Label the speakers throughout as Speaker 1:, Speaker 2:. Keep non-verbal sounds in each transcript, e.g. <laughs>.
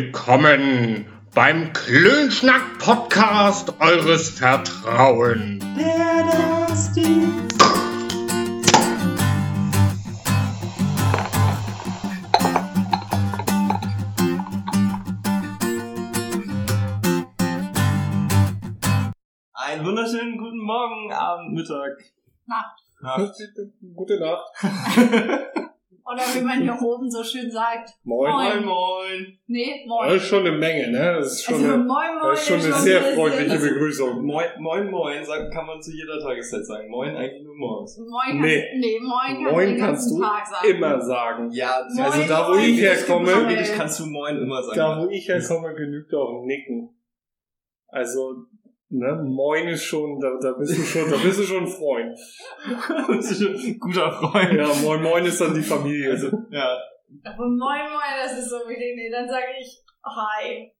Speaker 1: Willkommen beim Klönschnack-Podcast eures Vertrauens.
Speaker 2: Der Dusty. Einen wunderschönen guten Morgen, Abend, Mittag.
Speaker 3: Nacht.
Speaker 2: Nacht.
Speaker 1: <laughs> Gute Nacht.
Speaker 3: Oder wie man hier oben so schön sagt.
Speaker 1: Moin.
Speaker 3: Moin.
Speaker 2: moin.
Speaker 3: Nee,
Speaker 1: Das
Speaker 3: moin.
Speaker 1: ist schon eine Menge, ne? Das ist schon,
Speaker 3: Also moin
Speaker 1: eine,
Speaker 3: moin.
Speaker 1: das ist schon eine sehr freundliche
Speaker 3: also,
Speaker 1: Begrüßung.
Speaker 2: Moin, moin, moin, sagt, kann man zu jeder Tageszeit sagen. Moin eigentlich nur morgens.
Speaker 3: Moin,
Speaker 1: Nee.
Speaker 3: kannst, nee, moin, kannst,
Speaker 1: Moin
Speaker 3: den
Speaker 1: kannst
Speaker 3: ganzen
Speaker 1: du
Speaker 3: Tag sagen.
Speaker 1: Immer sagen.
Speaker 2: Ja,
Speaker 3: Moin,
Speaker 2: also da, wo
Speaker 3: moin,
Speaker 2: ich
Speaker 3: das gibt's
Speaker 2: herkomme,
Speaker 3: doch nicht.
Speaker 2: theoretisch kannst du moin immer sagen.
Speaker 1: Da, wo ich herkomme, genügt auch ein Nicken. Also, ne? Moin ist schon, da, da bist du schon, da bist du schon ein Freund.
Speaker 2: <laughs> Das ist ein Guter Freund.
Speaker 1: Ja, moin, moin ist dann die Familie.
Speaker 2: Also, ja.
Speaker 3: Aber moin moin, das ist so wie den, nee, dann sage ich hi.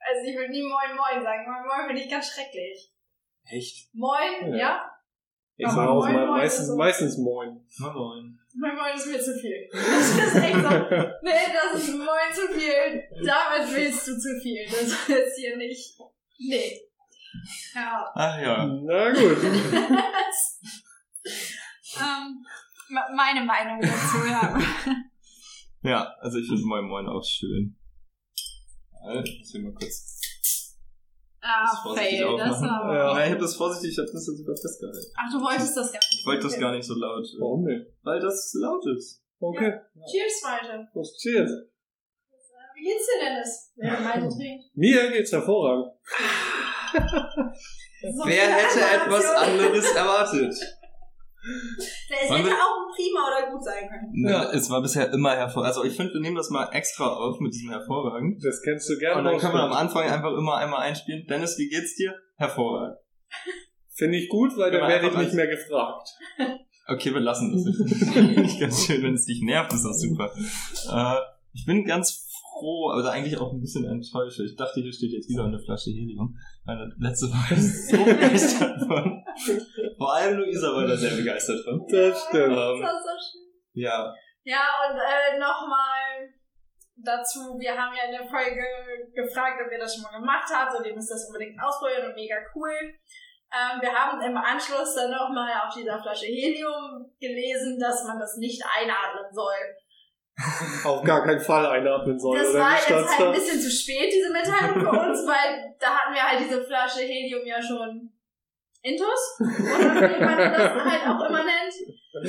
Speaker 3: Also ich will nie moin moin sagen. Moin moin finde ich ganz schrecklich.
Speaker 2: Echt?
Speaker 3: Moin, ja?
Speaker 1: Ja. ich sage auch
Speaker 3: Moin,
Speaker 1: mal,
Speaker 3: Moin ist
Speaker 1: meistens,
Speaker 3: so.
Speaker 1: meistens moin.
Speaker 2: Na moin.
Speaker 3: Moin moin ist mir zu viel. <laughs> Das ist echt so. Nee, das ist moin zu viel. Damit willst du zu viel. Das ist hier nicht. Nee. Ja.
Speaker 2: Ach ja.
Speaker 1: Na gut.
Speaker 3: ähm, me- meine Meinung
Speaker 2: <laughs>
Speaker 3: dazu, ja.
Speaker 2: Ja, also ich finde moin moin auch schön. Äh, Muss ich mal kurz. Das
Speaker 3: Ah,
Speaker 2: wollte ich
Speaker 3: fail.
Speaker 2: auch
Speaker 3: Das
Speaker 2: machen.
Speaker 3: war
Speaker 1: Ja.
Speaker 2: Ja, ich habe das vorsichtig, ich habe das jetzt sogar festgehalten.
Speaker 3: Ach, du wolltest das gar nicht.
Speaker 2: Ich wollte das gar nicht so laut, äh,
Speaker 1: Warum nicht?
Speaker 2: weil das zu laut ist.
Speaker 1: Okay,
Speaker 3: Cheers, Malte.
Speaker 1: los, cheers.
Speaker 3: Wie geht's dir denn das? Ja, Malte trinkt.
Speaker 1: Mir geht's hervorragend.
Speaker 3: So
Speaker 2: Wer
Speaker 3: viele
Speaker 2: hätte
Speaker 3: andere
Speaker 2: etwas
Speaker 3: Optionen.
Speaker 2: anderes erwartet?
Speaker 3: Es
Speaker 2: Wollen
Speaker 3: hätte
Speaker 2: wir-
Speaker 3: auch ein prima oder gut sein können.
Speaker 2: Ja. Ne, Es war bisher immer hervorragend. Also ich finde, wir nehmen das mal extra auf mit diesem hervorragend.
Speaker 1: Das kennst du gerne.
Speaker 2: Und dann können wir am
Speaker 1: auswendig.
Speaker 2: Anfang einfach immer einmal einspielen. Dennis, wie geht's dir? Hervorragend.
Speaker 1: Finde ich gut, weil
Speaker 2: Können
Speaker 1: dann
Speaker 2: wir
Speaker 1: werde ich
Speaker 2: einfach
Speaker 1: nicht mehr gefragt.
Speaker 2: Okay, wir lassen das
Speaker 1: <laughs>
Speaker 2: <laughs> jetzt. Finde ich ganz schön, wenn es dich nervt, ist das super. Äh, ich bin ganz froh, also eigentlich auch ein bisschen enttäuscht. Ich dachte, hier steht jetzt wieder eine Flasche Helium. Meine letzte war ich so
Speaker 1: <laughs>
Speaker 2: begeistert von. Vor allem Luisa war da sehr begeistert von.
Speaker 1: Das stimmt.
Speaker 3: Das
Speaker 2: Ähm,
Speaker 3: war so schön.
Speaker 2: ja,
Speaker 3: Ja, und äh, nochmal dazu, wir haben ja in der Folge gefragt, ob ihr das schon mal gemacht habt und ihr müsst das unbedingt ausprobieren und mega cool. Ähm, wir haben im Anschluss dann nochmal auf dieser Flasche Helium gelesen, dass man das nicht einatmen soll.
Speaker 1: Auf gar keinen Fall einatmen soll,
Speaker 3: Das
Speaker 1: oder?
Speaker 3: war
Speaker 1: Wie
Speaker 3: jetzt
Speaker 1: stand's
Speaker 3: halt ein
Speaker 1: da?
Speaker 3: bisschen zu spät, diese Mitteilung
Speaker 2: <laughs>
Speaker 3: für uns, weil da hatten wir halt diese Flasche Helium ja schon intus. Oder wie man
Speaker 2: <laughs>
Speaker 3: das halt auch immer nennt.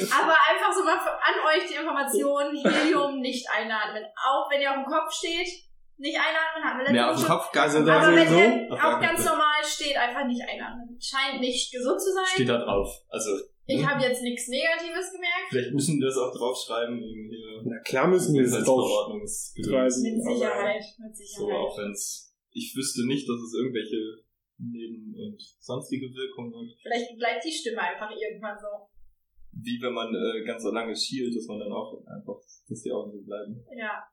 Speaker 3: Aber einfach so mal an euch die Information, Helium nicht einatmen. Auch wenn ihr auf dem Kopf steht, nicht einatmen, hatten wir letzte
Speaker 2: mehr auf
Speaker 3: Woche
Speaker 2: dem
Speaker 3: schon.
Speaker 2: Kopf, gar
Speaker 1: Also da
Speaker 3: Aber wenn
Speaker 1: sowieso.
Speaker 3: ihr
Speaker 2: Auf
Speaker 3: auch
Speaker 2: gar keinen
Speaker 3: ganz
Speaker 2: Fall.
Speaker 3: normal steht, einfach nicht einatmen. Scheint nicht gesund zu sein.
Speaker 2: steht da drauf. Also,
Speaker 3: Ich habe jetzt nichts Negatives gemerkt.
Speaker 2: Vielleicht müssen wir das auch draufschreiben, irgendwie.
Speaker 1: Na klar müssen wir es drauf
Speaker 2: Verordnungsgesetz.
Speaker 3: Mit
Speaker 1: schreiben. aber-
Speaker 3: Sicherheit, mit
Speaker 2: So,
Speaker 3: Sicherheit.
Speaker 2: auch wenn's. Ich wüsste nicht, dass es irgendwelche Neben- und sonstige Wirkungen hat.
Speaker 3: Vielleicht bleibt die Stimme einfach irgendwann so.
Speaker 2: Wie wenn man äh, ganz so lange schielt, dass man dann auch einfach, dass die Augen so bleiben.
Speaker 3: Ja.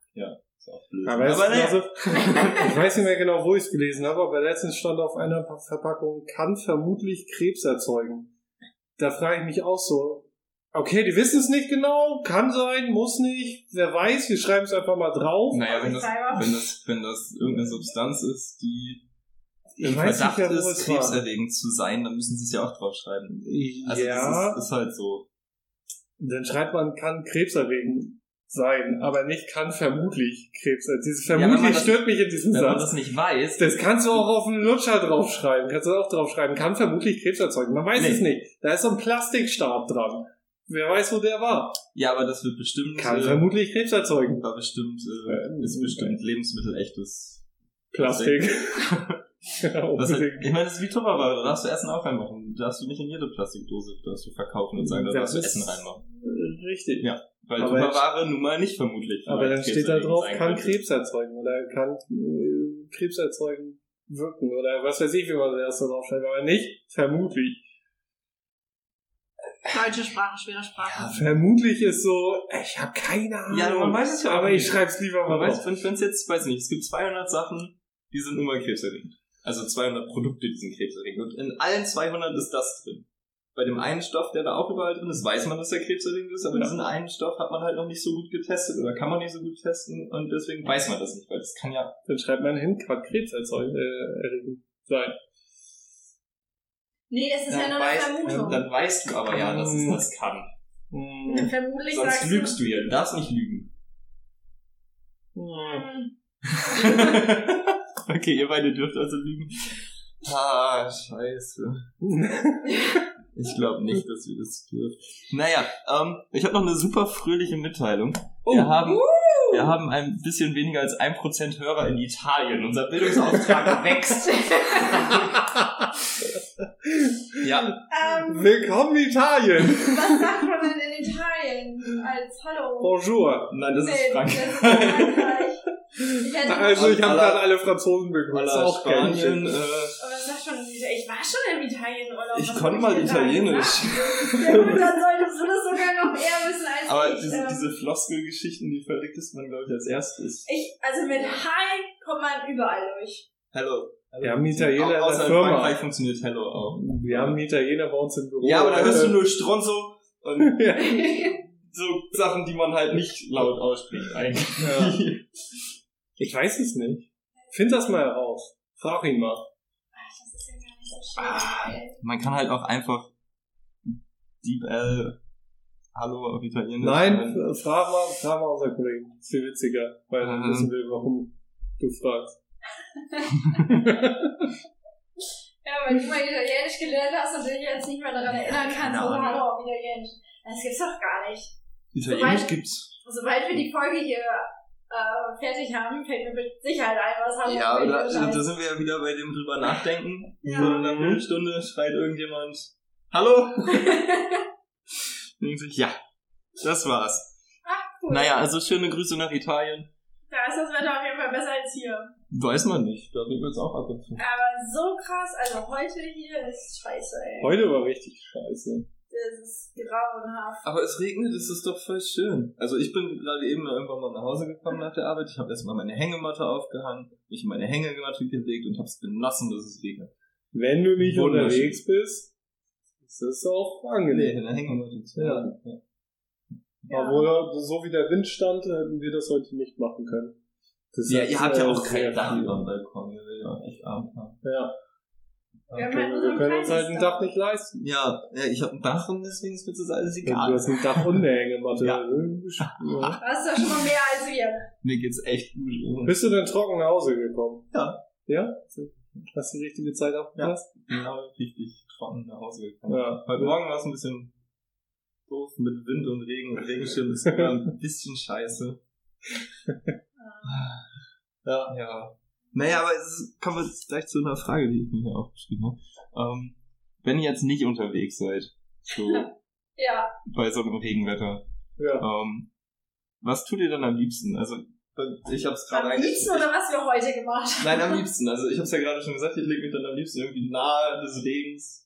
Speaker 2: Ist auch blöd.
Speaker 1: Aber, es,
Speaker 2: naja.
Speaker 1: also, <laughs> ich weiß nicht mehr genau, wo ich es gelesen habe, aber letztens stand auf einer Pa- Verpackung, kann vermutlich Krebs erzeugen. Da frage ich mich auch so, okay, die wissen es nicht genau, kann sein, muss nicht, wer weiß, wir schreiben es einfach mal drauf.
Speaker 2: naja, wenn das,
Speaker 3: Vorsichtshalber.
Speaker 2: wenn das, wenn das irgendeine Substanz ist, die
Speaker 1: ich
Speaker 2: im
Speaker 1: weiß
Speaker 2: Verdacht
Speaker 1: nicht mehr, wo
Speaker 2: ist,
Speaker 1: es war.
Speaker 2: krebserregend zu sein, dann müssen sie es ja auch draufschreiben. Also,
Speaker 1: ja,
Speaker 2: das ist, ist halt so.
Speaker 1: dann schreibt man, kann krebserregend sein, aber nicht kann vermutlich Krebs. Dieses
Speaker 2: Ja, wenn man
Speaker 1: vermutlich
Speaker 2: das-
Speaker 1: stört mich in diesem
Speaker 2: Wenn man
Speaker 1: Satz.
Speaker 2: das nicht weiß,
Speaker 1: Das kannst du auch auf einen Lutscher draufschreiben. Kannst du auch draufschreiben. Kann vermutlich Krebs erzeugen. Man weiß
Speaker 2: Nee.
Speaker 1: es nicht. Da ist so ein Plastikstab dran. Wer weiß, wo der war.
Speaker 2: ja, aber das wird bestimmt.
Speaker 1: Kann
Speaker 2: äh,
Speaker 1: vermutlich Krebs erzeugen.
Speaker 2: War bestimmt, äh,
Speaker 1: Ähm,
Speaker 2: ist bestimmt lebensmittelechtes.
Speaker 1: Plastik. <laughs> ja,
Speaker 2: Also- Das heißt,
Speaker 1: unbedingt.
Speaker 2: ich meine, das ist wie Tupperware, da darfst du Essen auch reinmachen. Da darfst du nicht in jede Plastikdose, darfst du verkaufen und sagen, da darfst
Speaker 1: Das
Speaker 2: du
Speaker 1: ist-
Speaker 2: Essen reinmachen.
Speaker 1: Richtig.
Speaker 2: Ja. Weil
Speaker 1: Aber-
Speaker 2: Tupperware nun mal nicht vermutlich.
Speaker 1: Aber dann
Speaker 2: vielleicht
Speaker 1: steht da
Speaker 2: krebserregend
Speaker 1: drauf,
Speaker 2: sein
Speaker 1: kann
Speaker 2: könnte.
Speaker 1: Krebs erzeugen oder kann äh, Krebs erzeugen wirken oder was weiß ich, wie man das da draufschreibt, aber nicht vermutlich.
Speaker 3: Deutsche Sprache, schwere
Speaker 1: Aber
Speaker 3: Sprache.
Speaker 1: vermutlich ist so, ich habe keine Ahnung.
Speaker 2: Ja, man weiß es ja auch
Speaker 1: aber ich
Speaker 2: nicht.
Speaker 1: schreib's lieber mal
Speaker 2: Aber weißt
Speaker 1: drauf.
Speaker 2: du, wenn es jetzt, weiß nicht, es gibt 200 Sachen, die sind nun mal krebserregend. Also 200 Produkte, die sind krebserregend. Und in allen 200 ist das drin. bei dem einen Stoff, der da auch überall drin ist, weiß man, dass der krebserregend ist, aber diesen einen Stoff hat man halt noch nicht so gut getestet oder kann man nicht so gut testen und deswegen weiß man das nicht, weil das kann ja
Speaker 1: Dann schreibt man hin, kann krebserzeugend äh, erregend sein.
Speaker 3: Nee, das ist ja, nur eine
Speaker 2: weißt,
Speaker 3: Vermutung.
Speaker 2: dann weißt du aber ja, dass es das kann.
Speaker 1: Hm.
Speaker 3: Vermutlich
Speaker 2: Sonst
Speaker 3: sagst du-
Speaker 2: lügst du ja, du darfst nicht lügen.
Speaker 1: Hm.
Speaker 3: Hm.
Speaker 2: <laughs> okay, ihr beide dürft also lügen. Ah,
Speaker 1: <laughs>
Speaker 2: scheiße. Ich glaube nicht, dass wir das dürfen. Naja, ähm, ich habe noch eine super fröhliche Mitteilung.
Speaker 1: Oh.
Speaker 2: Wir haben, wir haben ein bisschen weniger als 1% Hörer in Italien. Unser
Speaker 1: <laughs>
Speaker 2: Bildungsauftrag wächst. Ja,
Speaker 3: <laughs> Ähm,
Speaker 1: Willkommen Italien!
Speaker 3: was sagt man denn in Italien als Hallo?
Speaker 1: Bonjour!
Speaker 2: nein, Oh, das ist
Speaker 3: Nee,
Speaker 2: Frankreich.
Speaker 3: das ist Frankreich.
Speaker 2: <laughs>
Speaker 3: Ich hätte,
Speaker 1: Also ich habe
Speaker 2: Aller-
Speaker 1: gerade alle Franzosen bekommen. Das ist
Speaker 2: Oder
Speaker 1: auch
Speaker 2: Spanien.
Speaker 1: Spanien.
Speaker 2: Äh,
Speaker 3: aber sag schon, ich war schon im Italienurlaub.
Speaker 2: ich
Speaker 3: Was
Speaker 2: konnte
Speaker 3: hab
Speaker 2: mal
Speaker 3: ich denn da
Speaker 2: Italienisch.
Speaker 3: gesagt? Ja gut, dann solltest du das sogar noch eher wissen als
Speaker 2: Aber
Speaker 3: ich.
Speaker 2: diese,
Speaker 3: ähm,
Speaker 2: diese Floskelgeschichten, die verdickst man, glaube ich, als erstes.
Speaker 3: ich. Also mit Hi kommt man überall durch. <laughs>
Speaker 2: Hello.
Speaker 1: Wir haben Italiener in der
Speaker 2: Außer
Speaker 1: Firma.
Speaker 2: Frankreich funktioniert Hello auch.
Speaker 1: Wir haben einen Italiener bei uns im Büro.
Speaker 2: Ja, aber da hörst du
Speaker 1: Äh,
Speaker 2: nur Stronzo und
Speaker 1: ja.
Speaker 2: so Sachen, die man halt nicht laut ausspricht eigentlich.
Speaker 1: Ja.
Speaker 2: <laughs>
Speaker 1: Ich weiß es nicht. Find das mal heraus. Frag ihn mal.
Speaker 3: Ach, das ist ja gar nicht so
Speaker 2: Ah.
Speaker 3: schwierig.
Speaker 2: Man kann halt auch einfach Deep L Hallo auf Italienisch.
Speaker 1: Nein,
Speaker 2: sagen.
Speaker 1: äh, frag mal, frag mal unser Kollegen. Ist viel witziger, weil dann
Speaker 2: Mhm.
Speaker 1: wissen wir, warum du fragst.
Speaker 3: Ja, wenn du mal Italienisch gelernt hast und dich jetzt nicht mehr daran erinnern kannst,
Speaker 2: keine
Speaker 3: also
Speaker 2: Ahnung.
Speaker 3: Hallo auf Italienisch. Das gibt's doch gar nicht.
Speaker 2: Italienisch
Speaker 3: Wobei-
Speaker 2: gibt's.
Speaker 3: Sobald wir die Folge hier äh, fertig haben, fällt mir mit Sicherheit ein, was haben
Speaker 2: Ja,
Speaker 3: wir
Speaker 2: oder
Speaker 3: mit
Speaker 2: da sind wir ja wieder bei dem drüber nachdenken.
Speaker 3: Ja.
Speaker 2: So in einer Viertelstunde schreit irgendjemand
Speaker 3: <laughs>
Speaker 2: Hallo? Denkt sich, ja, das war's.
Speaker 3: Ach, cool.
Speaker 2: Naja, also schöne Grüße nach Italien.
Speaker 3: Da ist das Wetter auf jeden Fall besser als hier.
Speaker 2: Weiß man nicht, da wird es auch ab und zu.
Speaker 3: Aber so krass, also heute hier ist scheiße, ey.
Speaker 1: Heute war richtig scheiße.
Speaker 3: Das ist grauenhaft.
Speaker 2: Aber es regnet, es ist doch voll schön. Also ich bin gerade eben irgendwann mal nach Hause gekommen nach der Arbeit. Ich habe erstmal meine Hängematte aufgehangen, mich in meine Hängematte gelegt und habe es belassen, dass es regnet.
Speaker 1: Wenn du nicht
Speaker 2: Wunderschön.
Speaker 1: unterwegs bist, ist das auch
Speaker 2: Nee,
Speaker 1: angenehm.
Speaker 2: in der Hängematte. zu
Speaker 1: Ja.
Speaker 2: Hause. Ja.
Speaker 3: Ja.
Speaker 1: Obwohl, so wie der Wind stand, hätten wir das heute nicht machen können. Das
Speaker 2: Ja,
Speaker 1: hat,
Speaker 2: ihr habt ja
Speaker 1: äh,
Speaker 2: auch
Speaker 1: sehr
Speaker 2: kein Dach
Speaker 1: viel-
Speaker 2: über dem Balkon. Ihr werdet ja auch echt arm haben.
Speaker 1: Ja.
Speaker 3: Wir haben
Speaker 1: Okay,
Speaker 3: halt nur so
Speaker 1: wir
Speaker 3: ein
Speaker 1: können uns
Speaker 3: kleines
Speaker 1: halt ein
Speaker 3: Dach.
Speaker 1: Dach nicht leisten.
Speaker 2: Ja, ja, ich habe ein Dach und deswegen ist mir das alles
Speaker 1: Du
Speaker 2: egal.
Speaker 1: hast ein
Speaker 2: <laughs>
Speaker 1: Dach und eine Hängematte.
Speaker 2: Ja.
Speaker 1: Ja.
Speaker 3: Das ist doch schon mal mehr als wir.
Speaker 2: Mir geht's echt gut.
Speaker 1: <laughs> Bist du denn trocken nach Hause gekommen?
Speaker 2: Ja.
Speaker 1: Ja? Hast du die richtige Zeit aufgepasst?
Speaker 2: Genau, richtig trocken nach Hause gekommen.
Speaker 1: Ja.
Speaker 2: Heute Morgen war es ein bisschen doof mit Wind und Regen und Regenschirm. Das war ein bisschen
Speaker 1: <laughs>
Speaker 2: scheiße. Ja. ja. Naja, aber es ist- kommen wir jetzt gleich zu einer Frage, die ich mir hier aufgeschrieben habe. Ähm, wenn ihr jetzt nicht unterwegs seid,
Speaker 1: <laughs>
Speaker 2: so
Speaker 3: Ja,
Speaker 2: bei so einem Regenwetter,
Speaker 1: Ja.
Speaker 2: ähm, was tut ihr dann am liebsten? Also, ich habe es gerade
Speaker 3: am liebsten oder was wir heute gemacht haben.
Speaker 2: Nein, am liebsten. Also ich habe es ja gerade schon gesagt, ich lege mich dann am liebsten irgendwie nahe des Regens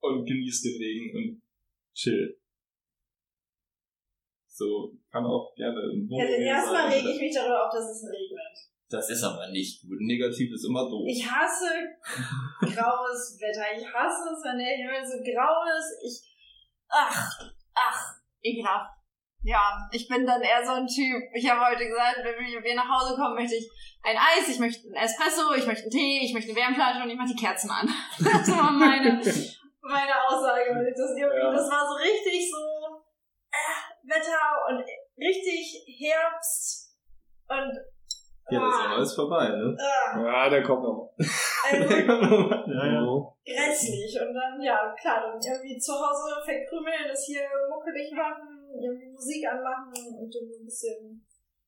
Speaker 2: und genieße den Regen und chill. So, kann auch gerne im
Speaker 3: Also
Speaker 2: Wohnmobil
Speaker 3: erstmal
Speaker 2: sein.
Speaker 3: rege ich mich darüber auf, dass es regnet.
Speaker 2: Das ist aber nicht gut. Negativ ist immer doof.
Speaker 3: Ich hasse graues Wetter. Ich hasse es, wenn der Himmel so grau ist. Ich. Ach, ach, ekelhaft. Ja, ich bin dann eher so ein Typ. Ich habe heute gesagt, wenn wir wir nach Hause kommen, möchte ich ein Eis, ich möchte einen Espresso, ich möchte einen Tee, ich möchte eine Wärmflasche und ich mache die Kerzen an. <laughs> Das war meine, meine Aussage. weil ich Das, irgendwie,
Speaker 1: Ja.
Speaker 3: das war so richtig so äh, Wetter und richtig Herbst und
Speaker 2: ja, das
Speaker 3: Ah.
Speaker 2: Sommer ist vorbei, ne?
Speaker 3: äh,
Speaker 1: Ja, der kommt noch.
Speaker 3: also,
Speaker 2: <laughs> ja, ja.
Speaker 3: grässlich. Und dann, ja, klar, dann irgendwie zu Hause verkrümeln, das hier muckelig machen, irgendwie Musik anmachen und dann so ein bisschen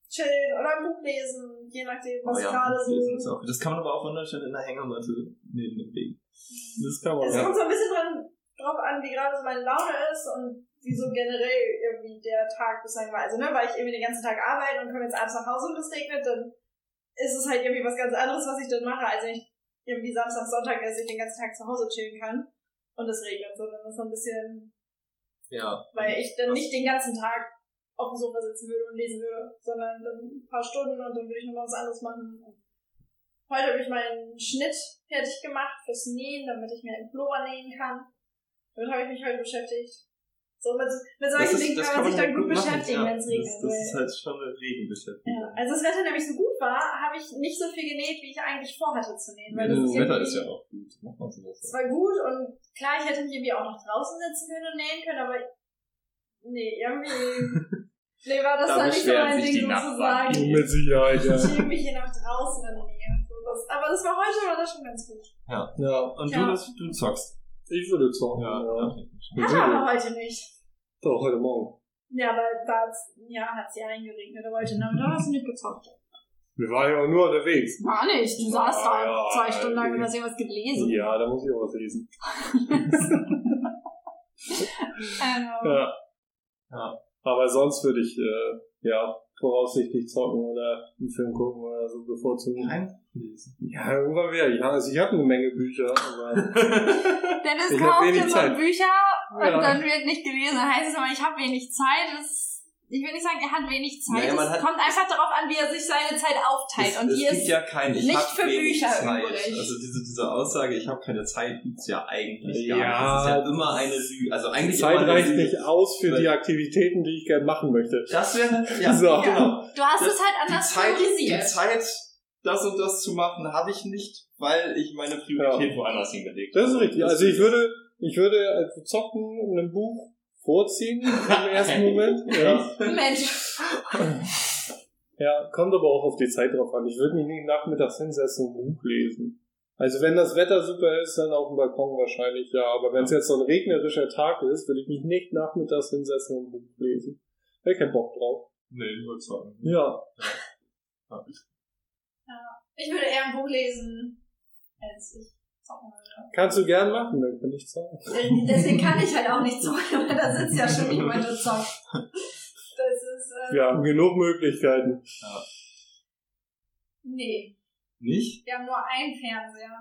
Speaker 3: chillen oder ein Buch lesen, je nachdem, was
Speaker 2: Oh ja,
Speaker 3: gerade
Speaker 2: das, ist
Speaker 3: so.
Speaker 2: auch, das kann man aber auch wunderschön in der Hängematte neben dem Regen.
Speaker 1: Das kann man
Speaker 3: Es
Speaker 1: ja.
Speaker 3: kommt so ein bisschen dran, drauf an, wie gerade so meine Laune ist und wie so generell irgendwie der Tag bislang war. Also, ne, weil ich irgendwie den ganzen Tag arbeite und komme jetzt abends nach Hause und es regnet, dann ist es halt irgendwie was ganz anderes, was ich dann mache, als wenn ich irgendwie Samstag, Sonntag, dass ich den ganzen Tag zu Hause chillen kann und es regnet, sondern das ist so ein bisschen
Speaker 2: Ja.
Speaker 3: weil ich dann nicht den ganzen Tag auf dem Sofa sitzen würde und lesen würde, sondern dann ein paar Stunden und dann würde ich nochmal was anderes machen. Und heute habe ich meinen Schnitt fertig gemacht fürs Nähen, damit ich mir einen Pullover nähen kann. Damit habe ich mich heute beschäftigt. So, mit, mit
Speaker 2: Das
Speaker 3: solchen
Speaker 2: ist-
Speaker 3: Dingen
Speaker 2: das
Speaker 3: kann man sich dann gut,
Speaker 2: machen,
Speaker 3: beschäftigen,
Speaker 2: ja.
Speaker 3: wenn es regnet.
Speaker 2: Das, das
Speaker 3: weil-
Speaker 2: ist halt schon eine Regenbeschäftigung.
Speaker 3: ja. Also das Wetter nämlich so gut war, habe ich nicht so viel genäht, wie ich eigentlich vorhatte zu nähen. Weil das
Speaker 2: das
Speaker 3: ist
Speaker 2: Wetter ist
Speaker 3: irgendwie-
Speaker 2: ja auch gut. Macht man sowas.
Speaker 3: Es war gut und klar, ich hätte mich irgendwie auch noch draußen setzen können und nähen können, aber nee, irgendwie
Speaker 1: <laughs>
Speaker 3: nee, war das
Speaker 2: Da
Speaker 3: dann nicht so
Speaker 2: beschweren
Speaker 3: mein
Speaker 2: sich die
Speaker 3: Ding
Speaker 2: Nachbarn.
Speaker 3: sozusagen.
Speaker 1: Mit Sicherheit,
Speaker 3: Ich
Speaker 1: ja.
Speaker 3: schiebe mich hier nach draußen und nähe. und So, das, aber das war heute war das schon ganz gut.
Speaker 1: ja.
Speaker 2: Und
Speaker 3: Ja.
Speaker 2: du, bist, du zockst.
Speaker 1: Ich würde zocken. Ja.
Speaker 2: okay.
Speaker 3: Hat
Speaker 4: Ah,
Speaker 3: aber heute nicht.
Speaker 1: Mhm. Doch, heute Morgen.
Speaker 3: Ja, aber da hat's, ja, hat's ja eingeregnet, aber heute Nachmittag hast du nicht gezockt.
Speaker 1: Wir waren ja auch nur unterwegs.
Speaker 3: War nicht,
Speaker 1: du saßt da Ja, zwei Stunden lang und hast
Speaker 3: irgendwas gelesen.
Speaker 1: Ja, da muss ich auch was lesen. Ähm, Ja. ja. Aber sonst würde ich, äh, ja, voraussichtlich zocken oder einen Film gucken oder so bevorzugen.
Speaker 2: Einlesen.
Speaker 1: Ja, irgendwann wieder. Ich, also ich habe eine Menge Bücher,
Speaker 4: <laughs>
Speaker 1: aber
Speaker 4: Dennis
Speaker 1: Ich hab
Speaker 4: kauft
Speaker 1: wenig
Speaker 4: immer
Speaker 1: Zeit.
Speaker 4: Bücher und
Speaker 1: Ja.
Speaker 4: dann wird nicht gelesen. Heißt es immer, ich habe wenig Zeit. Das, ich will nicht sagen, er hat wenig Zeit.
Speaker 2: Naja, man
Speaker 4: es
Speaker 2: hat-
Speaker 4: kommt einfach darauf an, wie er sich seine Zeit aufteilt. und
Speaker 2: es
Speaker 4: hier
Speaker 2: gibt
Speaker 4: ist
Speaker 2: ja kein, ich
Speaker 4: nicht
Speaker 2: hab
Speaker 4: für
Speaker 2: wenig
Speaker 4: Bücher
Speaker 2: Zeit.
Speaker 4: übrig.
Speaker 2: Also diese, diese Aussage, ich habe keine Zeit, gibt's ja eigentlich gar
Speaker 1: Ja.
Speaker 2: nicht. Das ist ja immer eine Lüge. Also eigentlich
Speaker 1: Zeit
Speaker 2: immer eine
Speaker 1: reicht
Speaker 2: Lüge.
Speaker 1: nicht aus für
Speaker 2: Weil-
Speaker 1: die Aktivitäten, die ich gerne machen möchte.
Speaker 2: Das wäre, ja,
Speaker 1: <laughs> So.
Speaker 2: genau.
Speaker 4: du hast
Speaker 2: das-
Speaker 4: es halt
Speaker 2: Die
Speaker 4: anders
Speaker 2: Zeit, die
Speaker 4: priorisiert.
Speaker 2: Zeit, das und das zu machen, habe ich nicht, weil ich meine Priorität woanders hingelegt habe.
Speaker 1: Das ist richtig. Also ich würde, ich würde also zocken, ein Buch vorziehen im <laughs> ersten Moment. Ja.
Speaker 4: Mensch,
Speaker 1: ja, kommt aber auch auf die Zeit drauf an. Ich würde mich nicht nachmittags hinsetzen und ein Buch lesen. Also wenn das Wetter super ist, dann auf dem Balkon wahrscheinlich ja. Aber wenn es jetzt so ein regnerischer Tag ist, würde ich mich nicht nachmittags hinsetzen und ein Buch lesen. Hätte keinen Bock drauf.
Speaker 2: Nee, ich würde sagen.
Speaker 1: Ja.
Speaker 3: Ich würde eher ein Buch lesen, als ich zocken würde.
Speaker 1: Kannst du gern machen, dann kann ich zocken.
Speaker 3: Deswegen kann ich halt auch nicht zocken, <laughs> weil da sitzt ja schon jemand und zockt. Das ist, äh,
Speaker 1: Wir haben genug Möglichkeiten.
Speaker 3: nee.
Speaker 2: Nicht?
Speaker 3: Wir haben nur einen Fernseher.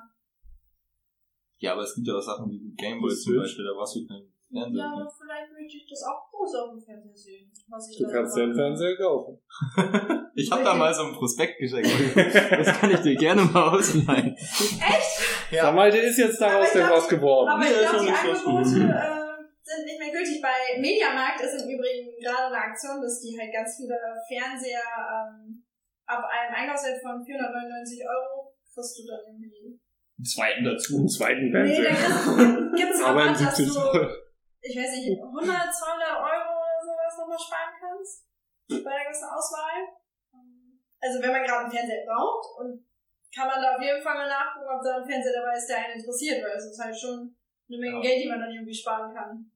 Speaker 2: Ja, aber es gibt ja auch Sachen wie den Gameboy zum
Speaker 1: Switch.
Speaker 2: Beispiel, da warst du kein
Speaker 3: Ja,
Speaker 2: Fernseher.
Speaker 3: aber vielleicht möchte ich das auch groß auf dem Fernseher sehen. Was ich
Speaker 1: Du
Speaker 3: da
Speaker 1: kannst dir einen Fernseher kaufen.
Speaker 2: Ich habe da mal so ein Prospekt
Speaker 1: <laughs>
Speaker 2: geschenkt. Das kann ich dir gerne mal ausleihen. Ja.
Speaker 1: Sag mal, der ist jetzt
Speaker 3: Aber
Speaker 1: daraus
Speaker 3: ich
Speaker 1: denn
Speaker 3: glaub,
Speaker 1: was geworden.
Speaker 3: Aber
Speaker 2: Nee,
Speaker 3: ich
Speaker 2: das ist
Speaker 3: glaube, die
Speaker 2: auch nicht so
Speaker 3: Angebote
Speaker 2: schlimm.
Speaker 3: äh, <laughs> sind nicht mehr gültig. Bei Mediamarkt ist im Übrigen gerade eine Aktion, dass die halt ganz viele Fernseher ähm, ab einem Einkaufswert von 499 Euro kriegst du dann irgendwie.
Speaker 2: Einen zweiten dazu.
Speaker 1: Einen zweiten
Speaker 3: Nee,
Speaker 1: Fernseher.
Speaker 3: dann gibt es
Speaker 1: aber
Speaker 3: Rabatt,
Speaker 1: ein
Speaker 3: dass
Speaker 1: 70
Speaker 3: du
Speaker 1: Zoll.
Speaker 3: ich weiß nicht, 100, 200 Euro oder sowas nochmal sparen kannst bei der gewissen Auswahl. Also wenn man gerade einen Fernseher braucht und kann man da auf jeden Fall mal nachgucken, ob da ein Fernseher dabei ist, der einen interessiert, weil es ist halt schon eine
Speaker 2: Ja.
Speaker 3: Menge Geld, die man dann irgendwie sparen kann.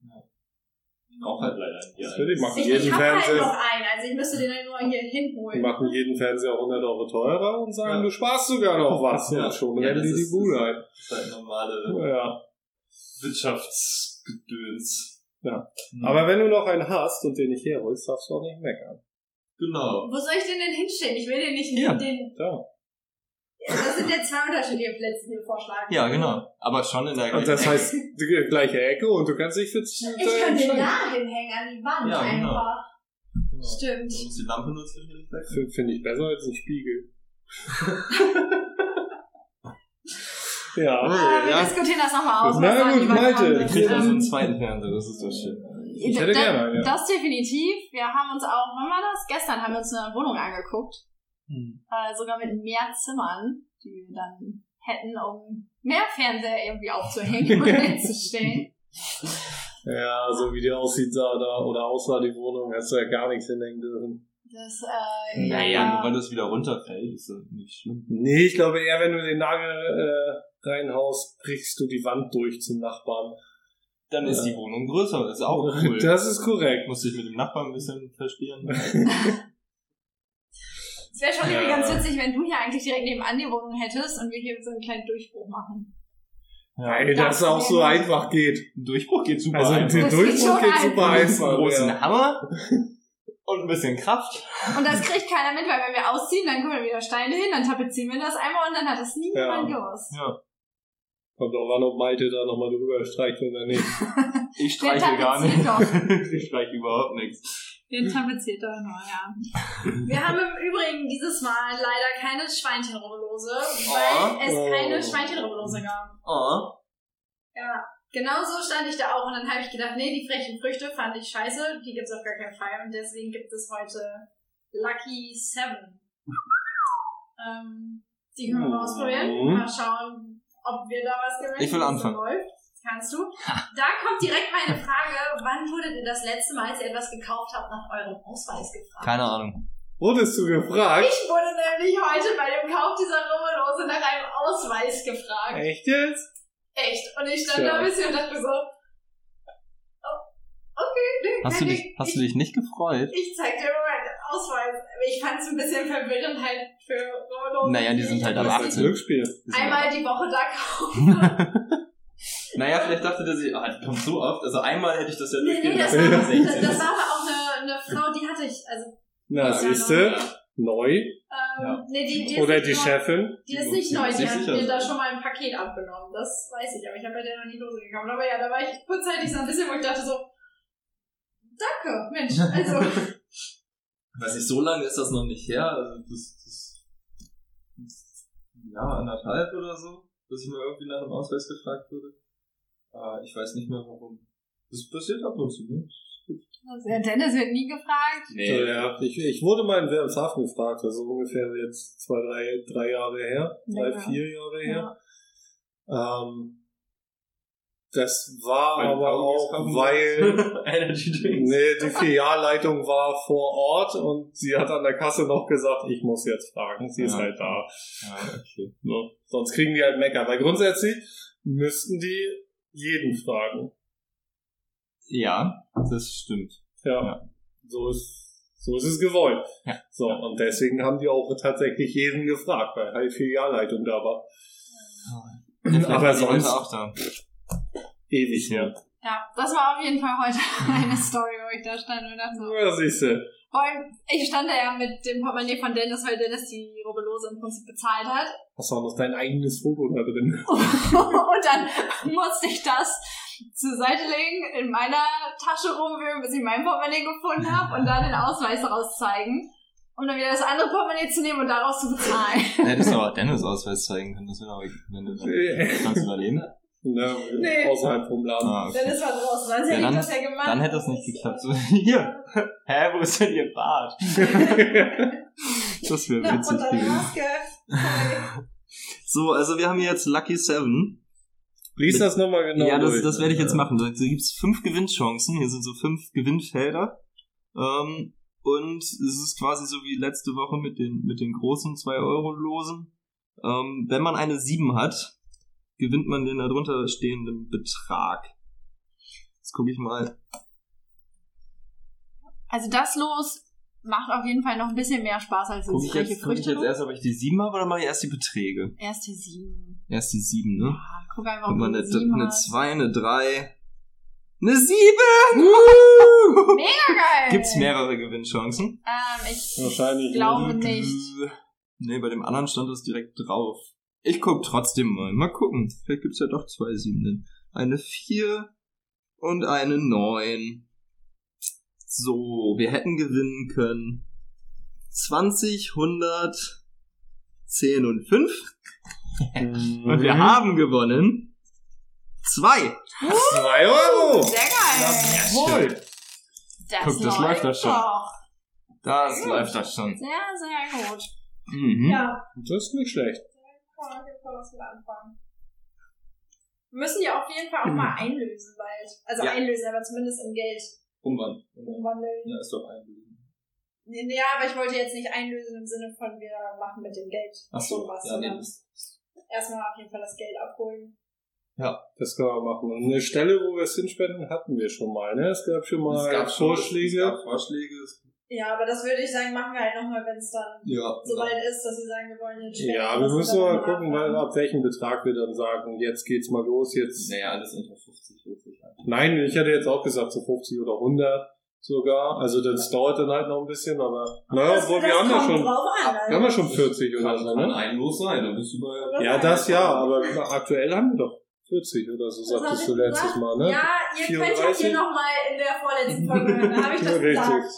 Speaker 2: Auch halt leider nicht.
Speaker 1: Das würde ich machen.
Speaker 3: Ich,
Speaker 1: jeden
Speaker 3: ich habe halt
Speaker 1: Fernseher-
Speaker 3: noch einen, also ich müsste den halt nur hier
Speaker 1: Die
Speaker 3: hinholen.
Speaker 1: machen jeden Fernseher 100 Euro teurer und sagen,
Speaker 2: Ja.
Speaker 1: du sparst sogar noch was.
Speaker 2: Ja.
Speaker 1: Ja, schon.
Speaker 2: Ja,
Speaker 1: Ja,
Speaker 2: das
Speaker 1: die die
Speaker 2: ist-
Speaker 1: Bude ein.
Speaker 2: Das ist halt normale
Speaker 1: Ja.
Speaker 2: Wirtschaftsgedöns.
Speaker 1: Ja.
Speaker 2: Mhm.
Speaker 1: Aber wenn du noch einen hast und den nicht herholst, darfst du auch nicht meckern.
Speaker 2: genau.
Speaker 3: Wo soll ich den denn hinstellen? Ich will den nicht
Speaker 2: Ja.
Speaker 3: den.
Speaker 1: Da.
Speaker 3: Das sind ja zwei unterschiedliche Plätze, die wir vorschlagen.
Speaker 2: Ja, genau. Aber schon in der
Speaker 1: Und das heißt, die gleiche Ecke und du kannst dich für
Speaker 3: Ich
Speaker 1: Äh,
Speaker 3: kann den da hinhängen an die Wand
Speaker 2: Ja, genau.
Speaker 3: einfach.
Speaker 2: Genau.
Speaker 3: Stimmt.
Speaker 2: Du musst die Lampe nur zwischendurch weg.
Speaker 1: Finde ich besser als ein <laughs> Spiegel. Oh, ja.
Speaker 4: äh, wir
Speaker 3: Ah,
Speaker 2: Ja.
Speaker 4: diskutieren das nochmal aus.
Speaker 1: Na
Speaker 4: was da
Speaker 1: gut,
Speaker 4: lieber
Speaker 1: Malte,
Speaker 4: kommt.
Speaker 1: ich
Speaker 2: Kriegt
Speaker 1: Ja.
Speaker 2: also einen zweiten Fernseher, das ist doch schön.
Speaker 1: Ich
Speaker 4: das,
Speaker 1: hätte gerne einen, ja.
Speaker 4: das definitiv. Wir haben uns auch, wann war das? Gestern haben wir uns eine Wohnung angeguckt.
Speaker 1: Hm.
Speaker 4: Äh, sogar mit mehr Zimmern, die wir dann hätten, um mehr Fernseher irgendwie
Speaker 1: <laughs>
Speaker 4: aufzuhängen und hinzustellen.
Speaker 1: ja, so wie die aussieht da, da oder aussah die Wohnung, hast du ja gar nichts hinhängen dürfen.
Speaker 4: Das, äh,
Speaker 2: Naja, nur
Speaker 4: ja.
Speaker 2: weil das wieder runterfällt, ist das nicht schlimm.
Speaker 1: Nee, ich glaube eher, wenn du den Nagel äh, reinhaust, brichst du die Wand durch zum Nachbarn.
Speaker 2: Dann ist die Wohnung größer, ist
Speaker 1: <laughs>
Speaker 2: auch cool.
Speaker 1: Das ist korrekt.
Speaker 2: Muss ich mit dem Nachbarn ein bisschen verstehen.
Speaker 4: Es wäre schon irgendwie
Speaker 2: Ja.
Speaker 4: ganz witzig, wenn du hier eigentlich direkt nebenan die Wohnung hättest und wir hier so einen kleinen Durchbruch machen.
Speaker 2: Ja.
Speaker 1: Weil das
Speaker 4: Das
Speaker 1: auch so
Speaker 4: wäre-
Speaker 1: einfach geht.
Speaker 2: Ein Durchbruch geht super
Speaker 1: Also
Speaker 2: einfach.
Speaker 1: der
Speaker 4: Das geht
Speaker 1: Durchbruch
Speaker 4: schon
Speaker 1: geht
Speaker 4: einfach.
Speaker 1: super
Speaker 2: Einen
Speaker 1: einfach.
Speaker 2: großen
Speaker 1: Ja.
Speaker 2: Hammer und ein bisschen Kraft.
Speaker 4: Und das kriegt keiner mit, weil wenn wir ausziehen, dann kommen wieder Steine hin, dann tapezieren wir das einmal und dann hat das niemand
Speaker 1: Ja.
Speaker 4: gewusst.
Speaker 1: Kommt auch an, ob Malte da nochmal drüber streicht
Speaker 4: <laughs>
Speaker 1: oder nicht.
Speaker 2: Ich
Speaker 4: Der
Speaker 2: streiche gar nicht.
Speaker 4: tapeziert
Speaker 2: <laughs>
Speaker 1: <laughs>
Speaker 2: ich streiche überhaupt nichts.
Speaker 4: Wir tapeziert da nur, ja.
Speaker 3: Wir haben im Übrigen dieses Mal leider keine Schweinchenrubbellose,
Speaker 2: Oh.
Speaker 3: weil es keine
Speaker 1: Oh. Ah.
Speaker 3: Schweinchenrubbellose gab.
Speaker 2: Oh.
Speaker 3: Ja. Genau so stand ich da auch und dann habe ich gedacht, nee, die frechen Früchte fand ich scheiße, die gibt's auf gar keinen Fall und deswegen gibt es heute Lucky Seven. ähm, die können wir mal ausprobieren,
Speaker 2: Mhm.
Speaker 3: mal schauen, ob wir da was gewinnen.
Speaker 2: Ich will
Speaker 3: wie es so
Speaker 2: anfangen.
Speaker 3: Läuft. Kannst
Speaker 2: <laughs>
Speaker 3: du? Da kommt direkt meine Frage, wann wurde denn das letzte Mal, als ihr etwas gekauft habt, nach eurem Ausweis gefragt?
Speaker 2: Keine Ahnung.
Speaker 1: Wurdest du gefragt?
Speaker 3: Ich wurde nämlich heute bei dem Kauf dieser Rummelose nach einem Ausweis gefragt.
Speaker 1: Echt jetzt?
Speaker 3: Echt. Und ich stand
Speaker 1: Tja.
Speaker 3: da ein bisschen und dachte mir so, oh, okay, nee,
Speaker 2: Hast du
Speaker 3: kein
Speaker 2: dich,
Speaker 3: Ding.
Speaker 2: hast du dich nicht gefreut?
Speaker 3: ich, ich zeig dir mal meinen Ausweis. Ich fand's ein bisschen verwirrend halt für Rummelose.
Speaker 2: Naja, die sind halt ab
Speaker 1: Das ist ein
Speaker 2: 18.
Speaker 1: Glücksspiel.
Speaker 3: Einmal die Woche da kaufen.
Speaker 2: Naja, vielleicht dachte der sich, ah, die kommt so oft. Also einmal hätte ich das ja
Speaker 3: Nee, nee, das
Speaker 1: war-
Speaker 2: <laughs>
Speaker 3: Das, das war aber auch eine, eine Frau, die hatte ich, also,
Speaker 1: Na,
Speaker 3: Ja.
Speaker 1: siehste, neu.
Speaker 3: ähm,
Speaker 2: Ja.
Speaker 3: nee, die, die ist
Speaker 1: Oder
Speaker 3: nicht
Speaker 1: die
Speaker 3: neu.
Speaker 1: Chefin.
Speaker 3: Die ist nicht neu, die
Speaker 2: Sich
Speaker 3: hat
Speaker 2: sicher
Speaker 3: mir
Speaker 2: sein.
Speaker 3: da schon mal ein Paket abgenommen. Das weiß ich, aber ich habe bei der noch nie Dose gekauft. Aber ja, da war ich kurzzeitig so ein bisschen, wo ich dachte so, danke, Mensch, also,
Speaker 2: <laughs> Weiß ich, so lange ist das noch nicht her. Also das, das, das ja, anderthalb oder so, dass ich mir irgendwie nach dem Ausweis gefragt wurde. Äh, ich weiß nicht mehr warum. Das passiert ab und zu, ne?
Speaker 4: Also, der Dennis wird nie gefragt.
Speaker 1: So, ja. ich, ich wurde mal in Wilhelmshaven gefragt, also ungefähr jetzt zwei, drei, drei Jahre her, drei,
Speaker 4: Länger.
Speaker 1: vier Jahre her.
Speaker 4: Ja.
Speaker 1: Ähm, das war
Speaker 2: Weil
Speaker 1: aber
Speaker 2: Pauli ist
Speaker 1: auch,
Speaker 2: kaum-
Speaker 1: <laughs> weil
Speaker 2: <laughs> Energy Drinks.
Speaker 1: nee, die Filialleitung war vor Ort und sie hat an der Kasse noch gesagt, ich muss jetzt fragen, sie ist
Speaker 2: Ja.
Speaker 1: halt da.
Speaker 2: Ja, okay.
Speaker 1: Ne? Sonst kriegen die halt Mecker. Weil grundsätzlich müssten die jeden fragen.
Speaker 2: ja, das stimmt.
Speaker 1: Ja.
Speaker 2: Ja.
Speaker 1: So ist, so ist es gewollt.
Speaker 2: Ja.
Speaker 1: So, und deswegen haben die auch tatsächlich jeden gefragt, weil halt Filialleitung da war.
Speaker 2: Vielleicht
Speaker 1: Aber
Speaker 2: war die
Speaker 1: sonst-
Speaker 2: heute auch da.
Speaker 1: Ewig
Speaker 2: Ja.
Speaker 1: her.
Speaker 4: Ja, das war auf jeden Fall heute <laughs> eine Story, wo ich da stand und dachte so.
Speaker 1: Ja, siehste.
Speaker 4: Vor allem, ich stand da ja mit dem Portemonnaie von Dennis, weil Dennis die Robelose im Prinzip bezahlt hat. <laughs>
Speaker 1: Hast du auch noch dein eigenes Foto da drin? <laughs>
Speaker 4: und dann <laughs> musste ich das zur Seite legen, in meiner Tasche rumwühlen, bis ich mein Portemonnaie gefunden habe und da den Ausweis rauszeigen. Um dann wieder das andere Portemonnaie zu nehmen und daraus zu bezahlen.
Speaker 2: Ja, hättest du aber Dennis Ausweis zeigen können, das wäre aber, wenn du
Speaker 1: Äh.
Speaker 2: dann, kannst du überleben.
Speaker 1: Ne,
Speaker 3: Nee.
Speaker 1: Außerhalb vom Laden.
Speaker 2: Ah, <laughs> okay.
Speaker 3: Dennis war draußen, sonst
Speaker 2: Ja,
Speaker 3: hätte
Speaker 2: dann-
Speaker 3: ich das ja gemacht.
Speaker 2: Dann hätte das nicht geklappt. So, <laughs> hier, hä, wo ist denn ihr Bart? Das wäre
Speaker 3: Na, und
Speaker 2: witzig
Speaker 3: dann
Speaker 2: gewesen.
Speaker 3: Maske.
Speaker 2: So, also wir haben jetzt Lucky Seven.
Speaker 1: Lies das nochmal genau
Speaker 2: ja, das,
Speaker 1: durch.
Speaker 2: das werde ich jetzt machen. Da gibt's fünf Gewinnchancen. Hier sind so fünf Gewinnfelder. Ähm, und es ist quasi so wie letzte Woche mit den, mit den großen 2-Euro-Losen. Ähm, wenn man eine 7 hat, gewinnt man den darunter stehenden Betrag. Jetzt gucke ich mal.
Speaker 4: Also das Los macht auf jeden Fall noch ein bisschen mehr Spaß als
Speaker 2: Gucke
Speaker 4: das
Speaker 2: ich
Speaker 4: freche
Speaker 2: jetzt, guck ich
Speaker 4: Früchte.
Speaker 2: jetzt erst, ob ich die 7 habe oder mache ich erst die Beträge?
Speaker 4: Erst die sieben.
Speaker 2: Erst die 7, ne?
Speaker 4: Ah, guck einfach,
Speaker 2: Guck
Speaker 4: ob
Speaker 2: mal,
Speaker 4: du
Speaker 2: eine,
Speaker 4: eine sieben
Speaker 2: eine
Speaker 4: hast.
Speaker 2: 2, eine 3, eine 7!
Speaker 4: Mega geil!
Speaker 2: <laughs> Gibt's mehrere Gewinnchancen?
Speaker 4: Ähm, ich
Speaker 1: Wahrscheinlich
Speaker 4: glaube nicht.
Speaker 2: Nee, bei dem anderen stand das direkt drauf. Ich guck trotzdem mal. Mal gucken. Vielleicht gibt's ja doch zwei Siebenen. Eine vier und eine neun. So, wir hätten gewinnen können. 20, 100, 10 und 5.
Speaker 1: Mhm.
Speaker 2: Und <laughs> wir haben gewonnen. Zwei.
Speaker 1: 2 Euro!
Speaker 4: Sehr geil!
Speaker 1: Jawohl!
Speaker 2: Oh. Guck, das läuft doch schon.
Speaker 4: Doch.
Speaker 2: Das läuft das schon.
Speaker 4: Sehr, sehr gut.
Speaker 2: Mhm.
Speaker 3: Ja,
Speaker 1: Das ist nicht schlecht.
Speaker 3: kann man auf jeden Fall was mit anfangen. Wir müssen ja auf jeden Fall auch mal einlösen bald. Also
Speaker 2: Ja.
Speaker 3: einlösen, aber zumindest in Geld
Speaker 2: Umwandeln.
Speaker 3: umwandeln.
Speaker 2: Ja, ist doch ein.
Speaker 3: Nee, nee, Ja, aber ich wollte jetzt nicht einlösen im Sinne von, wir machen mit dem Geld
Speaker 2: Ach so,
Speaker 3: schon was,
Speaker 2: ja, nee,
Speaker 3: sondern erstmal auf jeden Fall das Geld abholen.
Speaker 1: Das können wir machen. Und eine Stelle, wo wir es hinspenden, hatten wir schon mal. Ne? Es gab schon mal
Speaker 2: Es gab schon-
Speaker 1: Vorschläge.
Speaker 2: Es gab Vorschläge. es-
Speaker 3: Ja, aber das würde ich sagen, machen wir halt nochmal, wenn es dann
Speaker 2: Ja.
Speaker 3: soweit ist, dass wir sagen, wir wollen jetzt spenden,
Speaker 1: Ja, wir
Speaker 3: dass
Speaker 1: müssen
Speaker 3: dann
Speaker 1: mal gucken, weil,
Speaker 3: anfangen.
Speaker 1: ab welchem Betrag wir dann sagen, jetzt geht's mal los, jetzt.
Speaker 2: Naja, alles unter 50 rufe ich an.
Speaker 1: Nein, ich hätte jetzt auch gesagt, so 50 oder 100 sogar. Also das dauert dann halt noch ein bisschen, aber naja,
Speaker 3: Das,
Speaker 1: obwohl
Speaker 3: das
Speaker 1: wir haben ja
Speaker 3: kommt
Speaker 1: schon,
Speaker 3: drauf an, also.
Speaker 1: wir haben ja schon 40 oder so, ne?
Speaker 2: ein Los sein, dann bist du bei...
Speaker 1: Ja, das ja, aber aktuell haben wir doch 40 oder so,
Speaker 3: Das
Speaker 1: sagtest
Speaker 3: hab
Speaker 1: du
Speaker 3: ich
Speaker 1: letztes
Speaker 3: gesagt.
Speaker 1: Mal, ne?
Speaker 3: Ja, ihr könnt ja
Speaker 1: 34. <laughs>
Speaker 3: hier nochmal in der vorletzten Folge hören, da habe ich das
Speaker 1: Richtig.
Speaker 3: gesagt.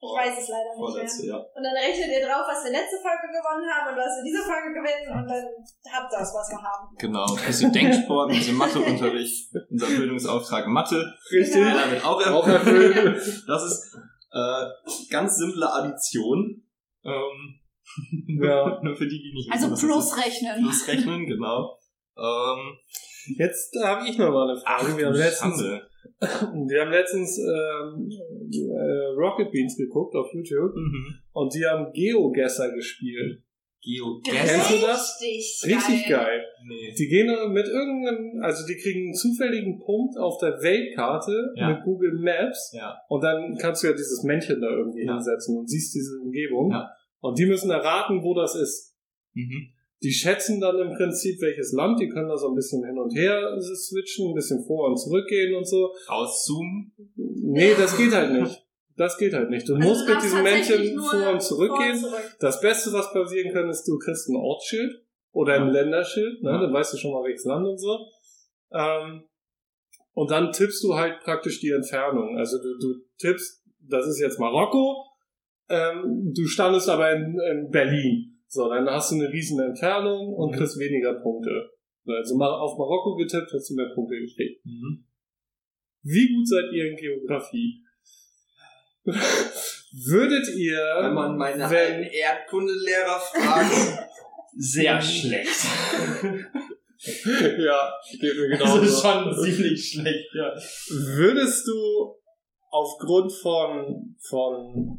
Speaker 3: Ich weiß es leider nicht mehr.
Speaker 2: Vorletzte, ja.
Speaker 3: Und dann rechnet ihr drauf, was wir letzte Folge gewonnen haben und was wir diese Folge gewinnen und dann habt ihr das, was wir haben.
Speaker 2: Genau. Ein bisschen Denksport, ein bisschen Matheunterricht, unser Bildungsauftrag Mathe,
Speaker 1: Richtig.
Speaker 2: der damit auch
Speaker 1: Auch
Speaker 2: erfüllt.
Speaker 1: erfüllt.
Speaker 2: Das ist äh, ganz simple Addition. Ähm, <laughs>
Speaker 1: Ja.
Speaker 2: Nur für die, die nicht
Speaker 4: Also
Speaker 2: wissen, was
Speaker 4: plus
Speaker 2: das ist.
Speaker 4: rechnen.
Speaker 2: Plus rechnen, genau. Ähm,
Speaker 1: Jetzt habe ich noch mal eine Frage. wir, haben
Speaker 2: du
Speaker 1: letztens,
Speaker 2: Schande.
Speaker 1: <laughs> wir haben letztens ähm, äh, Rocket Beans geguckt auf YouTube
Speaker 2: Mhm.
Speaker 1: und die haben Geogesser gespielt. Kennst
Speaker 2: Geogesser?
Speaker 1: du das?
Speaker 4: Richtig
Speaker 1: Richtig geil.
Speaker 2: Nee.
Speaker 1: Die gehen mit irgendeinem, also die kriegen einen zufälligen Punkt auf der Weltkarte
Speaker 2: Ja.
Speaker 1: mit Google Maps
Speaker 2: Ja.
Speaker 1: und dann kannst du ja dieses Männchen da irgendwie
Speaker 2: Ja.
Speaker 1: hinsetzen und siehst diese Umgebung.
Speaker 2: Ja.
Speaker 1: Und die müssen erraten, wo das ist.
Speaker 2: Mhm.
Speaker 1: Die schätzen dann im Prinzip welches Land, die können da so ein bisschen hin und her switchen, ein bisschen vor und zurück gehen und so.
Speaker 2: Rauszoomen.
Speaker 1: Nee, das geht halt nicht. Das geht halt nicht. Du
Speaker 3: Also
Speaker 1: musst
Speaker 3: du
Speaker 1: mit
Speaker 3: darfst
Speaker 1: diesem
Speaker 3: tatsächlich
Speaker 1: Männchen
Speaker 3: nur
Speaker 1: vor und zurück
Speaker 3: vor und
Speaker 1: gehen.
Speaker 3: zurück.
Speaker 1: Das Beste, was passieren kann, ist, du kriegst ein Ortsschild oder ein
Speaker 2: Ja.
Speaker 1: Länderschild, ne?
Speaker 2: Ja.
Speaker 1: dann weißt du schon mal, welches Land und so. Ähm, und dann tippst du halt praktisch die Entfernung. Also du, du tippst, das ist jetzt Marokko, ähm, du standest aber in, in Berlin. So, dann hast du eine riesen Entfernung und
Speaker 2: Mhm.
Speaker 1: kriegst weniger Punkte. Also mal auf Marokko getippt, hast du mehr Punkte gekriegt.
Speaker 2: Mhm.
Speaker 1: Wie gut seid ihr in Geografie? <laughs> Würdet ihr,
Speaker 2: Wenn man meine alten
Speaker 1: wenn,
Speaker 2: Erdkundelehrer <laughs> fragt, sehr schlecht.
Speaker 1: ja, geht mir genauso.
Speaker 2: Das ist Also schon ziemlich schlecht, ja.
Speaker 1: Würdest du aufgrund von, von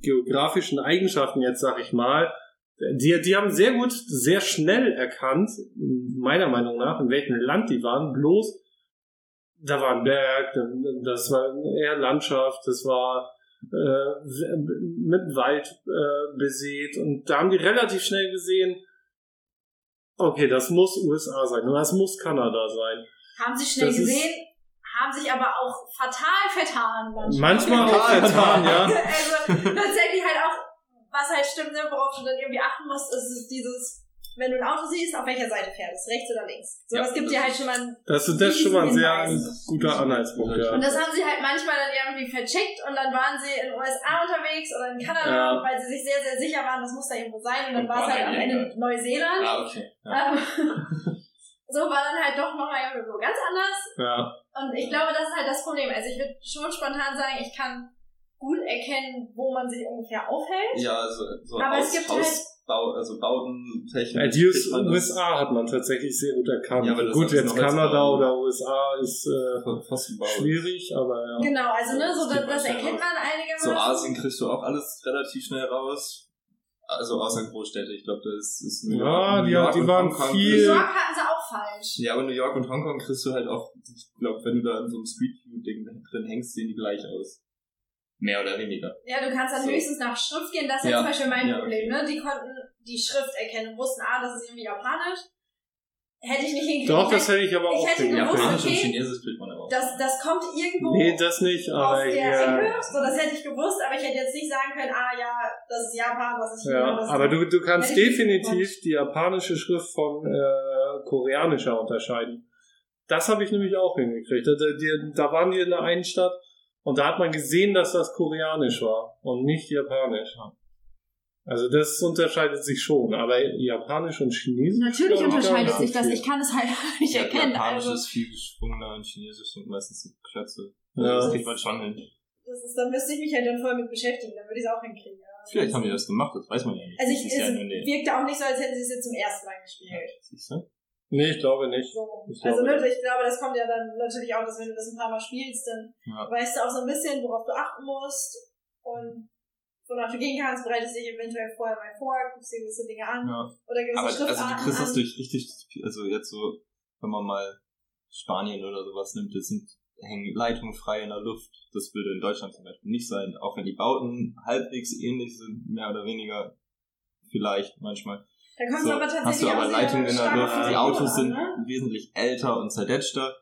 Speaker 1: geografischen Eigenschaften jetzt, sag ich mal, die, die haben sehr gut, sehr schnell erkannt, meiner Meinung nach, in welchem Land die waren, bloß da war ein Berg, das war eher Landschaft, das war äh, mit Wald äh, besät und da haben die relativ schnell gesehen, okay, das muss USA sein oder das muss Kanada sein.
Speaker 4: Haben sie schnell
Speaker 1: Das ist-
Speaker 4: gesehen, haben sich aber auch fatal vertan. manchmal.
Speaker 1: Manchmal auch vertan,
Speaker 4: <laughs>
Speaker 1: ja.
Speaker 4: Also tatsächlich halt auch, was halt stimmt, ne, worauf du dann irgendwie achten musst, ist es dieses, wenn du ein Auto siehst, auf welcher Seite fährt es, rechts oder links. So,
Speaker 2: Ja,
Speaker 4: das gibt
Speaker 2: das
Speaker 4: dir halt
Speaker 2: ist-
Speaker 4: schon mal einen
Speaker 1: Das ist das ist schon mal ein sehr
Speaker 4: Hinweis.
Speaker 1: guter Anhaltspunkt, ja.
Speaker 4: Und das haben sie halt manchmal dann irgendwie vercheckt und dann waren sie in den USA unterwegs oder in Kanada,
Speaker 1: Ja.
Speaker 4: weil sie sich sehr, sehr sicher waren, das muss da irgendwo sein und dann
Speaker 2: Und
Speaker 4: war es
Speaker 2: war
Speaker 4: halt
Speaker 2: da
Speaker 4: am Ende Neuseeland.
Speaker 2: Ah, okay. Ja.
Speaker 4: Ähm, <laughs> so war dann halt doch nochmal irgendwo ganz anders
Speaker 1: ja.
Speaker 4: und ich glaube, das ist halt das Problem. Also ich würde schon spontan sagen, ich kann gut erkennen, wo man sich ungefähr aufhält.
Speaker 2: Ja, so, so
Speaker 4: Aber es
Speaker 2: Haus-
Speaker 4: gibt halt
Speaker 2: Hausbau, also Bautentechnik.
Speaker 1: Adios
Speaker 2: kriegt man das
Speaker 1: USA hat man tatsächlich sehr gut erkannt.
Speaker 2: Ja, aber das
Speaker 1: gut,
Speaker 2: ist
Speaker 1: jetzt
Speaker 2: noch
Speaker 1: Kanada
Speaker 2: jetzt-
Speaker 1: oder USA ist äh,
Speaker 2: F- Pfossenbau.
Speaker 1: schwierig, aber ja.
Speaker 4: Genau, also ne, so
Speaker 2: Das
Speaker 4: das,
Speaker 2: geht
Speaker 4: das
Speaker 2: wahrscheinlich
Speaker 4: erkennt man
Speaker 2: So
Speaker 4: einigermaßen.
Speaker 2: Asien kriegst du auch alles relativ schnell raus. Also außer Großstädte, ich glaube, das ist New
Speaker 1: Ja,
Speaker 2: New
Speaker 1: die- die
Speaker 2: und
Speaker 1: waren
Speaker 2: Hongkong
Speaker 1: viel-
Speaker 4: New
Speaker 2: kriegst-
Speaker 4: York hatten sie auch falsch.
Speaker 2: Ja, aber New York und Hongkong kriegst du halt auch, ich glaube, wenn du da in so einem Street View Ding drin hängst, sehen die gleich aus. Mehr oder weniger.
Speaker 4: Ja, du kannst dann
Speaker 2: So.
Speaker 4: höchstens nach Schrift gehen. Das ist ja.
Speaker 2: Ja.
Speaker 4: zum Beispiel mein
Speaker 2: Ja.
Speaker 4: Problem. Ne? Die konnten die Schrift erkennen und wussten, ah, das ist irgendwie japanisch. Hätte ich nicht hingekriegt.
Speaker 1: Doch, das hätte ich aber
Speaker 4: Genau. Ich
Speaker 1: auch
Speaker 4: hätte
Speaker 1: denken
Speaker 4: gewusst,
Speaker 1: können.
Speaker 2: Japanisch und
Speaker 4: okay.
Speaker 2: Chinesisch kriegt man aber auch.
Speaker 4: das, das kommt irgendwo
Speaker 1: Nee, das nicht,
Speaker 4: aus
Speaker 1: aber
Speaker 4: der
Speaker 1: ja.
Speaker 4: Ecke. So, das hätte ich gewusst, aber ich hätte jetzt nicht sagen können, ah ja, das ist Japan, das ist China.
Speaker 1: ja.
Speaker 4: das ist
Speaker 1: Aber du, du kannst
Speaker 4: Hätte ich nicht
Speaker 1: definitiv die japanische Schrift von äh, koreanischer unterscheiden. Das habe ich nämlich auch hingekriegt. Da, da, die- da waren die in der einen Stadt und da hat man gesehen, dass das koreanisch war und nicht japanisch. Also das unterscheidet sich schon, aber japanisch und chinesisch.
Speaker 4: Natürlich
Speaker 1: glaub ich, gar
Speaker 4: unterscheidet
Speaker 1: nicht
Speaker 4: sich das.
Speaker 1: viel.
Speaker 4: Ich kann es halt <laughs> nicht
Speaker 2: Ja,
Speaker 4: erkennen.
Speaker 2: Japanisch
Speaker 4: Also,
Speaker 2: ist viel geschwungener und Chinesisch sind meistens so Klötze.
Speaker 1: Ja.
Speaker 2: Das kriegt man schon hin.
Speaker 3: Das ist, dann müsste ich mich halt dann voll mit beschäftigen, dann würde ich es auch hinkriegen. ja.
Speaker 2: Vielleicht haben die das gemacht, das weiß man ja nicht.
Speaker 3: Also
Speaker 2: Das
Speaker 3: ich,
Speaker 2: ist ja
Speaker 3: es
Speaker 2: nur eine-
Speaker 3: wirkte auch nicht so, als hätten sie es jetzt zum ersten Mal gespielt.
Speaker 2: Siehst du?
Speaker 1: Nee, ich glaube nicht.
Speaker 3: So.
Speaker 1: Ich
Speaker 3: Also
Speaker 1: glaube,
Speaker 3: ne, ich glaube, das kommt ja dann natürlich auch, dass wenn du das ein paar Mal spielst, dann
Speaker 2: Ja.
Speaker 3: weißt du auch so ein bisschen, worauf du achten musst und wonach du gehen kannst, bereitest dich eventuell vorher mal vor, guckst dir gewisse Dinge an
Speaker 2: Ja.
Speaker 3: oder gewisse
Speaker 2: Aber also
Speaker 3: Schriftarten
Speaker 2: du kriegst das
Speaker 3: an.
Speaker 2: durch richtig, also jetzt so, wenn man mal Spanien oder sowas nimmt, jetzt sind, hängen Leitungen frei in der Luft. Das würde in Deutschland zum Beispiel nicht sein, auch wenn die Bauten halbwegs ähnlich sind, mehr oder weniger vielleicht manchmal.
Speaker 3: Da kommst
Speaker 2: So,
Speaker 3: du aber tatsächlich
Speaker 2: hast du aber
Speaker 3: auch sehr
Speaker 2: Leitungen in der
Speaker 3: stark auf
Speaker 2: Luft, die
Speaker 3: Region
Speaker 2: Autos
Speaker 3: an,
Speaker 2: sind
Speaker 3: ne?
Speaker 2: wesentlich älter und zerletschter.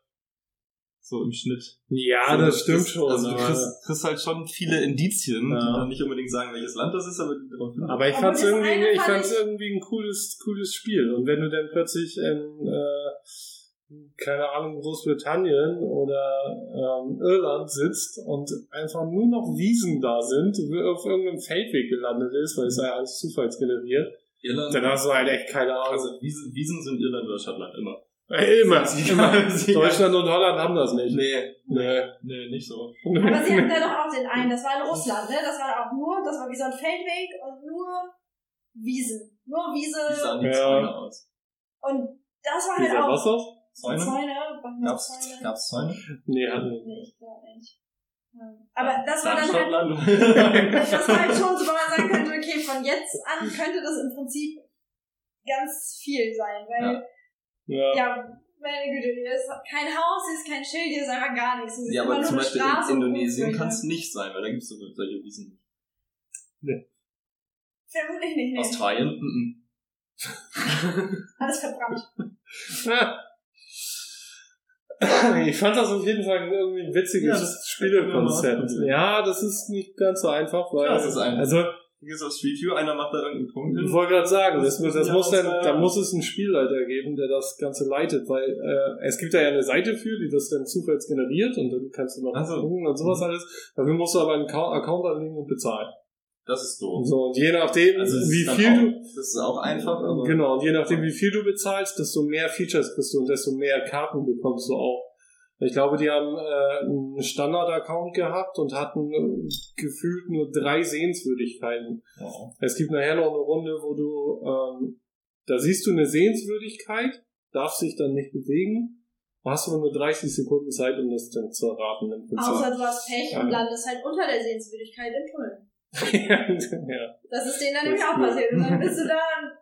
Speaker 2: So im Schnitt.
Speaker 1: Ja,
Speaker 2: so,
Speaker 1: das stimmt schon.
Speaker 2: Also du
Speaker 1: aber-
Speaker 2: kriegst, kriegst halt schon viele Indizien,
Speaker 1: Ja.
Speaker 2: die dann nicht unbedingt sagen, welches Land das ist, aber die darauf hinweisen.
Speaker 1: Aber ich
Speaker 3: Aber
Speaker 1: fand's
Speaker 3: das
Speaker 1: irgendwie,
Speaker 3: eine
Speaker 1: ich
Speaker 3: fand
Speaker 1: fand's
Speaker 3: ich-
Speaker 1: irgendwie ein cooles, cooles Spiel. Und wenn du dann plötzlich in, äh, keine Ahnung, Großbritannien oder ähm, Irland sitzt und einfach nur noch Wiesen da sind, auf irgendeinem Feldweg gelandet ist, weil es ja alles zufallsgeneriert,
Speaker 2: Irland.
Speaker 1: dann hast du halt echt keine Ahnung.
Speaker 2: also Wiesen, Wiesen sind Irland oder Schottland immer.
Speaker 1: Äh, immer.
Speaker 2: Sie-
Speaker 1: immer.
Speaker 2: Sie-
Speaker 1: Deutschland und Holland haben das nicht.
Speaker 2: Nee,
Speaker 1: Nee.
Speaker 2: nee, nicht so.
Speaker 3: Aber
Speaker 2: <laughs>
Speaker 3: sie hatten da doch auch den einen, das war in Russland, ne? Das war auch nur, das war wie so ein Feldweg und nur Wiesen. Nur
Speaker 2: Wie
Speaker 3: Wiese.
Speaker 2: sahen die
Speaker 1: Ja.
Speaker 2: Zäune aus?
Speaker 3: Und das war
Speaker 1: Wie
Speaker 3: halt
Speaker 1: sah
Speaker 3: auch
Speaker 1: das aus?
Speaker 2: Zäune?
Speaker 3: Zäune. waren das
Speaker 2: Gab's,
Speaker 3: Zäune?
Speaker 2: gab's Zäune?
Speaker 1: <laughs> Nee, hatten wir nicht.
Speaker 3: Nee, ich glaube nicht. Hm. Aber <laughs> das war dann
Speaker 2: <laughs>
Speaker 3: halt
Speaker 2: Schottland.
Speaker 3: Das war halt schon so, wo man sagen könnte, okay, von jetzt an könnte das im Prinzip ganz viel sein, weil, ja,
Speaker 1: Ja.
Speaker 3: meine Güte, hier ist kein Haus, hier ist kein Schild, hier ist einfach gar nichts. Hier ist
Speaker 2: Ja,
Speaker 3: immer
Speaker 2: aber
Speaker 3: nur
Speaker 2: zum
Speaker 3: eine
Speaker 2: Beispiel
Speaker 3: Straße
Speaker 2: in
Speaker 3: und
Speaker 2: Indonesien
Speaker 3: Fußwege.
Speaker 2: kann es nicht sein, weil da gibt es so solche Wiesen. nicht.
Speaker 3: Vermutlich nicht, nee.
Speaker 2: Australien? Mhm.
Speaker 3: Alles verbrannt.
Speaker 1: <laughs> Ich fand das auf jeden Fall irgendwie ein witziges
Speaker 2: Ja, das-
Speaker 1: Spielekonzept. Ja, das ist nicht ganz so einfach, weil.
Speaker 2: Ja, es ist einfach.
Speaker 1: Also,
Speaker 2: Du gehst aufs Street View, einer macht da irgendeinen Punkt
Speaker 1: ich
Speaker 2: hin.
Speaker 1: wollte gerade sagen, das, muss- das
Speaker 2: Ja,
Speaker 1: muss dann,
Speaker 2: das, äh,
Speaker 1: da muss es einen Spielleiter geben, der das Ganze leitet, weil äh, es gibt da ja eine Seite für, die das dann zufällig generiert und dann kannst du noch
Speaker 2: Ach so. Mhm.
Speaker 1: gucken und sowas alles. Dafür musst du aber einen Ka- Account anlegen und bezahlen.
Speaker 2: Das ist doof.
Speaker 1: So, und je nachdem,
Speaker 2: Also es ist
Speaker 1: wie
Speaker 2: dann
Speaker 1: viel
Speaker 2: auch-
Speaker 1: du
Speaker 2: Das ist auch einfach, aber.
Speaker 1: Genau, und je nachdem, wie viel du bezahlst, desto mehr Features kriegst du und desto mehr Karten bekommst du auch. Ich glaube, die haben äh, einen Standard-Account gehabt und hatten äh, gefühlt nur drei Sehenswürdigkeiten.
Speaker 2: Wow.
Speaker 1: Es gibt nachher noch eine Runde, wo du, ähm, da siehst du eine Sehenswürdigkeit, darfst dich dann nicht bewegen, hast aber nur 30 Sekunden Zeit, um das dann zu erraten. Im Prinzip.
Speaker 3: Außer du hast Pech und
Speaker 1: Ja.
Speaker 3: landest halt unter der Sehenswürdigkeit im Tunnel.
Speaker 1: <laughs> ja.
Speaker 3: Das ist denen dann nämlich auch
Speaker 1: Ja.
Speaker 3: passiert. Und dann bist du da, und-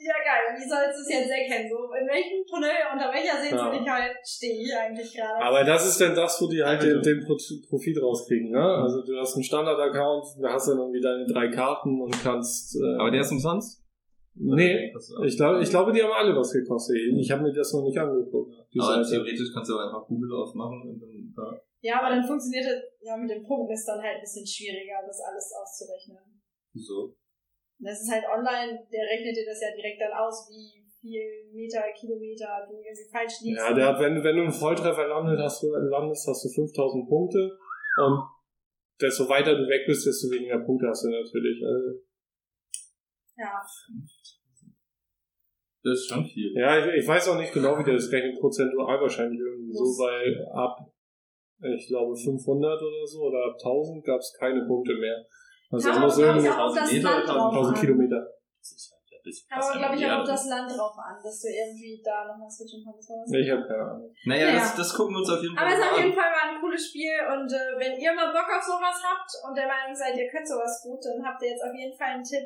Speaker 3: ja geil, wie sollst du es jetzt erkennen? So, in welchem Tunnel, unter welcher Sehenswürdigkeit stehe ich eigentlich gerade?
Speaker 1: Aber das ist dann das, wo die halt
Speaker 2: Also.
Speaker 1: den, den Pro- Profit rauskriegen. Ne? Also du hast einen Standard-Account, da hast dann irgendwie deine drei Karten und kannst... Äh,
Speaker 2: Aber der ist umsonst?
Speaker 1: Nee,
Speaker 2: Das ist auch-
Speaker 1: ich glaube, ich glaube, die haben alle was gekostet. Ich habe mir das noch nicht angeguckt. Die
Speaker 2: Aber
Speaker 1: Seite.
Speaker 2: theoretisch kannst du auch einfach Google aufmachen und dann da.
Speaker 3: Ja, aber dann funktioniert das, ja, mit den Punkten ist dann halt ein bisschen schwieriger, das alles auszurechnen.
Speaker 2: So.
Speaker 3: Und Das ist halt online, der rechnet dir das ja direkt dann aus, wie viel Meter, Kilometer du irgendwie falsch liegst.
Speaker 1: Ja, der hat, wenn, wenn du einen Volltreffer landest, hast du, landest, hast du 5000 Punkte. Und desto weiter du weg bist, desto weniger Punkte hast du natürlich. Also,
Speaker 3: ja.
Speaker 2: Das ist schon viel.
Speaker 1: ja, ich, ich weiß auch nicht genau, wie der das rechnet, prozentual wahrscheinlich irgendwie so,
Speaker 3: Muss.
Speaker 1: weil ab, ich glaube, 500 oder so oder ab 1000 gab es keine Punkte mehr. Also,
Speaker 3: Kam
Speaker 1: es
Speaker 3: aber,
Speaker 1: muss
Speaker 3: glaube
Speaker 1: irgendwie
Speaker 3: ich, auch auf
Speaker 2: 1000
Speaker 3: das
Speaker 2: Meter,
Speaker 3: Land drauf
Speaker 1: 1000
Speaker 3: an.
Speaker 1: Kilometer.
Speaker 2: Das ist halt ein bisschen
Speaker 3: Kam
Speaker 2: was
Speaker 3: aber, glaube ich,
Speaker 2: an
Speaker 3: auch
Speaker 2: der
Speaker 3: auf
Speaker 2: Erde.
Speaker 3: das Land drauf an, dass du irgendwie da nochmal switchen konntest. oder was?
Speaker 1: Ich habe keine Ahnung.
Speaker 2: Naja,
Speaker 3: Naja.
Speaker 2: Das, das gucken wir uns auf jeden Fall
Speaker 3: Aber es ist
Speaker 2: mal
Speaker 3: auf
Speaker 2: an.
Speaker 3: jeden Fall mal ein cooles Spiel und äh, wenn ihr mal Bock auf sowas habt und der Meinung seid, ihr könnt sowas gut, dann habt ihr jetzt auf jeden Fall einen Tipp,